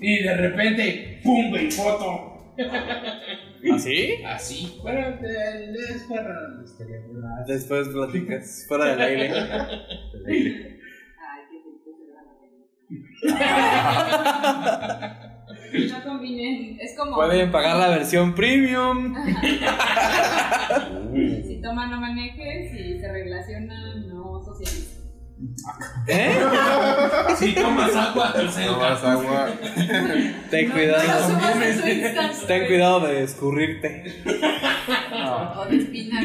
Speaker 3: Y de repente, ¡pum! güey, foto.
Speaker 2: ¿Así?
Speaker 3: Así. Bueno, te- es para la historia, ¿verdad?
Speaker 2: Después platicas. Fuera del aire.
Speaker 4: Ay, qué triste se va. No combinen. Es como.
Speaker 2: Pueden pagar la versión premium.
Speaker 4: Si toman, no manejes. Si se relacionan, no socialicen.
Speaker 2: ¿Eh?
Speaker 3: Si tomas agua, te
Speaker 5: No
Speaker 3: acercas.
Speaker 5: más agua.
Speaker 2: Ten
Speaker 4: No,
Speaker 2: cuidado.
Speaker 4: No subas en su Instagram.
Speaker 2: Ten cuidado de escurrirte.
Speaker 4: O de espinas.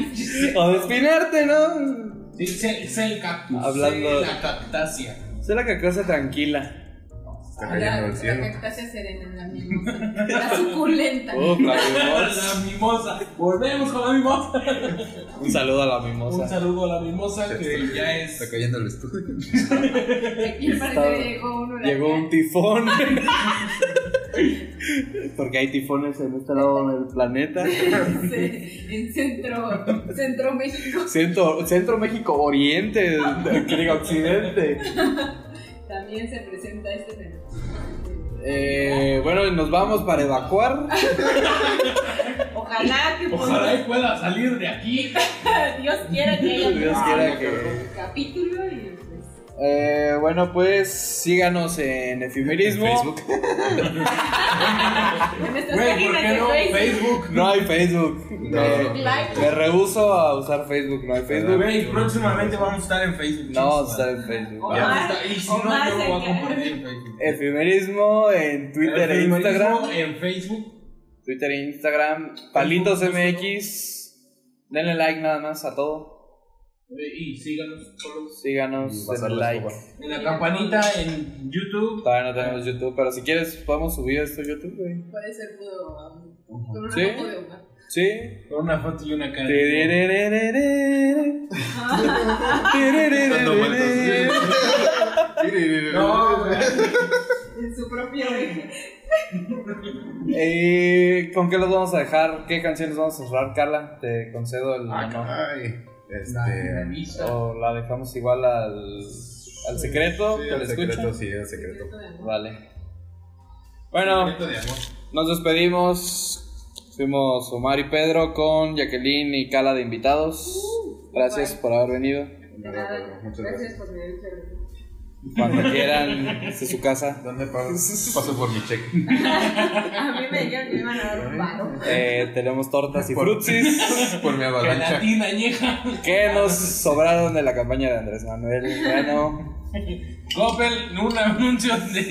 Speaker 2: O de espinarte, ¿no?
Speaker 3: Sí, sé- sé el cactus.
Speaker 2: Hablando-
Speaker 3: sé la cactácea.
Speaker 2: Sé la que clase tranquila.
Speaker 5: Está
Speaker 4: La, la
Speaker 5: cayendo del cielo.
Speaker 4: cactácea serena, la mimosa. La suculenta.
Speaker 2: Uf, la
Speaker 3: La
Speaker 2: mimosa.
Speaker 3: mimosa. Volvemos con la mimosa.
Speaker 2: Un saludo a la
Speaker 3: Un
Speaker 2: mimosa.
Speaker 3: saludo a la mimosa que ya
Speaker 5: Está
Speaker 3: es.
Speaker 5: cayendo el estudio.
Speaker 4: Aquí parece que llegó un huracán.
Speaker 2: Llegó un tifón. Porque hay tifones en este lado del planeta.
Speaker 4: Sí, en centro, centro México.
Speaker 2: Centro, Centro México Oriente, que diga Occidente.
Speaker 4: También se presenta este fenómeno.
Speaker 2: Eh, bueno, nos vamos para evacuar.
Speaker 4: Ojalá que
Speaker 9: Ojalá y pueda salir de aquí.
Speaker 4: por- Dios quiera que haya
Speaker 2: Dios
Speaker 4: un
Speaker 2: quiera que.
Speaker 4: capítulo y pues.
Speaker 2: Eh, bueno, pues síganos en efimerismo.
Speaker 4: En nuestras
Speaker 9: Güey, ¿por
Speaker 4: páginas
Speaker 9: qué
Speaker 4: de
Speaker 9: no?
Speaker 4: Facebook.
Speaker 9: Facebook.
Speaker 2: No hay Facebook. Me,
Speaker 4: Like.
Speaker 2: me rehuso a usar Facebook. No hay Facebook.
Speaker 9: Güey, próximamente vamos a estar en Facebook.
Speaker 2: No vamos a estar en Facebook.
Speaker 9: Ya
Speaker 4: Omar,
Speaker 9: está. Y si
Speaker 4: Omar
Speaker 9: no, yo voy a
Speaker 4: se-
Speaker 9: compartir en Facebook.
Speaker 2: Efimerismo en Twitter e
Speaker 9: Efimerismo
Speaker 2: Instagram.
Speaker 9: En Facebook.
Speaker 2: Twitter e Instagram. Palitos MX. Denle like nada más a todo.
Speaker 9: eh, Y síganos todos.
Speaker 2: Síganos, denle
Speaker 5: pasarles
Speaker 2: like.
Speaker 5: por-
Speaker 9: En la campanita, en YouTube.
Speaker 2: Todavía no tenemos YouTube, pero si quieres podemos subir esto a YouTube, güey.
Speaker 4: Puede ser pudo. um, Con una
Speaker 2: Sí.
Speaker 4: foto de Omar.
Speaker 2: Sí.
Speaker 9: Con una foto y una cara.
Speaker 2: Terererererere.
Speaker 5: Dando
Speaker 2: Terererererere.
Speaker 9: No, güey.
Speaker 4: En su propio origen.
Speaker 2: Eh, ¿Con qué los vamos a dejar? ¿Qué canciones vamos a cerrar, Carla? Te concedo el
Speaker 5: Ah,
Speaker 2: honor.
Speaker 5: caray.
Speaker 9: La
Speaker 5: Este.
Speaker 9: finaliza.
Speaker 2: O la dejamos igual al, al secreto,
Speaker 5: Sí,
Speaker 2: que lo
Speaker 5: el secreto,
Speaker 2: escucha.
Speaker 5: sí, el secreto.
Speaker 2: Vale. Bueno,
Speaker 9: Secreto de amor.
Speaker 2: nos despedimos. Fuimos Omar y Pedro con Jacqueline y Carla de invitados. Gracias
Speaker 4: guay.
Speaker 2: por haber venido.
Speaker 4: De
Speaker 5: Nada,
Speaker 4: nada.
Speaker 5: Pedro, muchas
Speaker 4: Gracias
Speaker 5: gracias.
Speaker 4: por venir. Pedro.
Speaker 2: Cuando quieran, este es su casa.
Speaker 5: ¿Dónde pago? Paso por mi cheque.
Speaker 4: A mí me dijeron que me iban a dar un paro.
Speaker 2: Eh, tenemos tortas y
Speaker 5: Por-
Speaker 2: frutsis
Speaker 5: Por mi avalancha.
Speaker 9: Gelatina añeja.
Speaker 2: que nos sobraron de la campaña de Andrés Manuel. Bueno,
Speaker 9: Coppel, un anuncio de,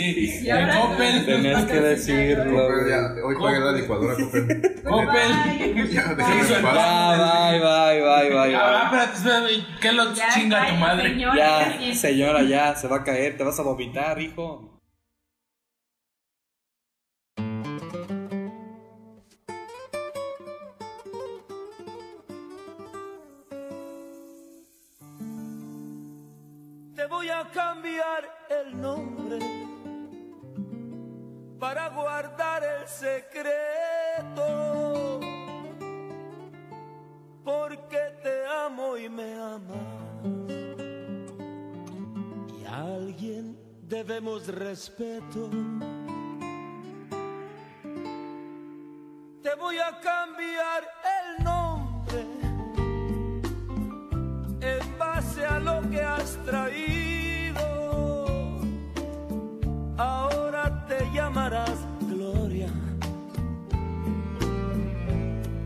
Speaker 9: de
Speaker 4: ahora-
Speaker 9: Coppel.
Speaker 2: tenías que decirlo.
Speaker 5: Cooper, ya, Hoy pagué la licuadora, Cooper.
Speaker 9: Coppel.
Speaker 5: Ya,
Speaker 9: Hizo
Speaker 5: déjame
Speaker 9: el
Speaker 5: en paz.
Speaker 2: Bye, bye, bye, bye,
Speaker 9: Ah,
Speaker 2: bye.
Speaker 9: espérate, espérate, ¿qué lo
Speaker 4: Ya,
Speaker 9: chinga tu
Speaker 4: vaya,
Speaker 9: madre?
Speaker 4: señor,
Speaker 2: Ya,
Speaker 4: gracias.
Speaker 2: señora, ya, se va a caer, te vas a vomitar, hijo.
Speaker 7: Te voy a cambiar el nombre para guardar el secreto. Porque te amo y me amas. Y a alguien debemos respeto. Te voy a cambiar el nombre en base a lo que has traído. Ahora te llamarás Gloria.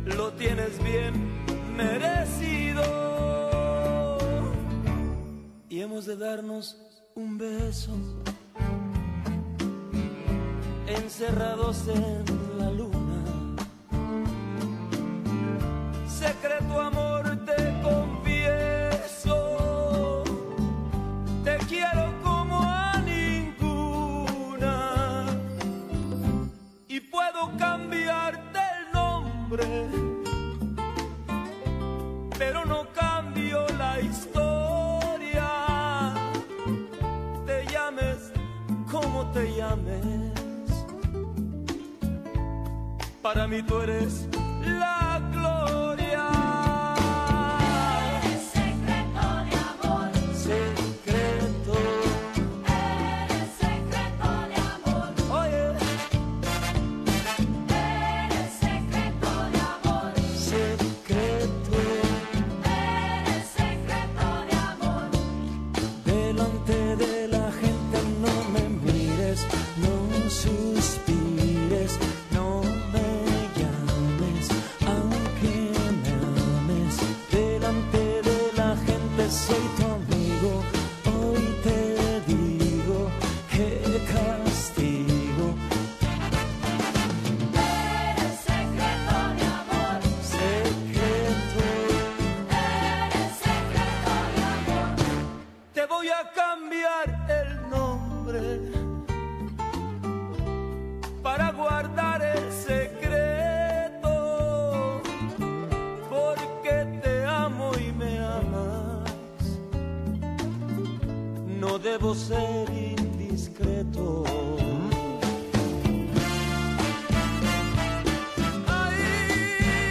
Speaker 7: Lo tienes bien merecido. Y hemos de darnos un beso. Encerrados en la luna secreto amor te confieso. Te quiero como a ninguna. Y puedo cambiarte el nombre, pero no cambio la historia. Te llames como te llames. Para mí tú eres la gloria. Eres secreto de amor. Secreto. Eres secreto de amor. Oye. Eres secreto de amor. Secreto. Eres secreto de amor. Delante de la gente no me mires, no suspires, no me llames. debo ser indiscreto. Ay,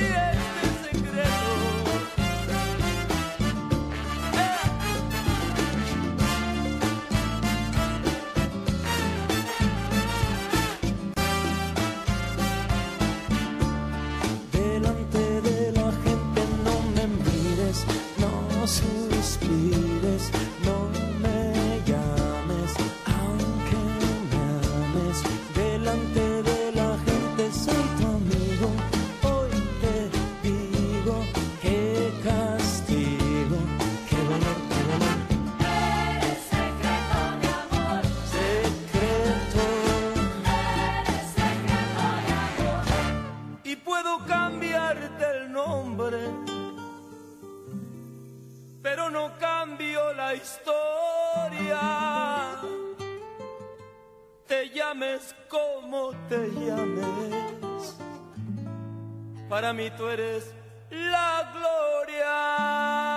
Speaker 7: este secreto Delante de la gente no me mires, no suspires, no me llames, aunque me ames. Delante de la gente soy tu amigo, hoy te digo que castigo, que dolor, que dolor.
Speaker 10: Eres secreto de amor,
Speaker 7: Secreto
Speaker 10: eres secreto de amor.
Speaker 7: y puedo cambiarte el nombre, pero no cambio la historia. Te llames como te llames, para mí tú eres la gloria. este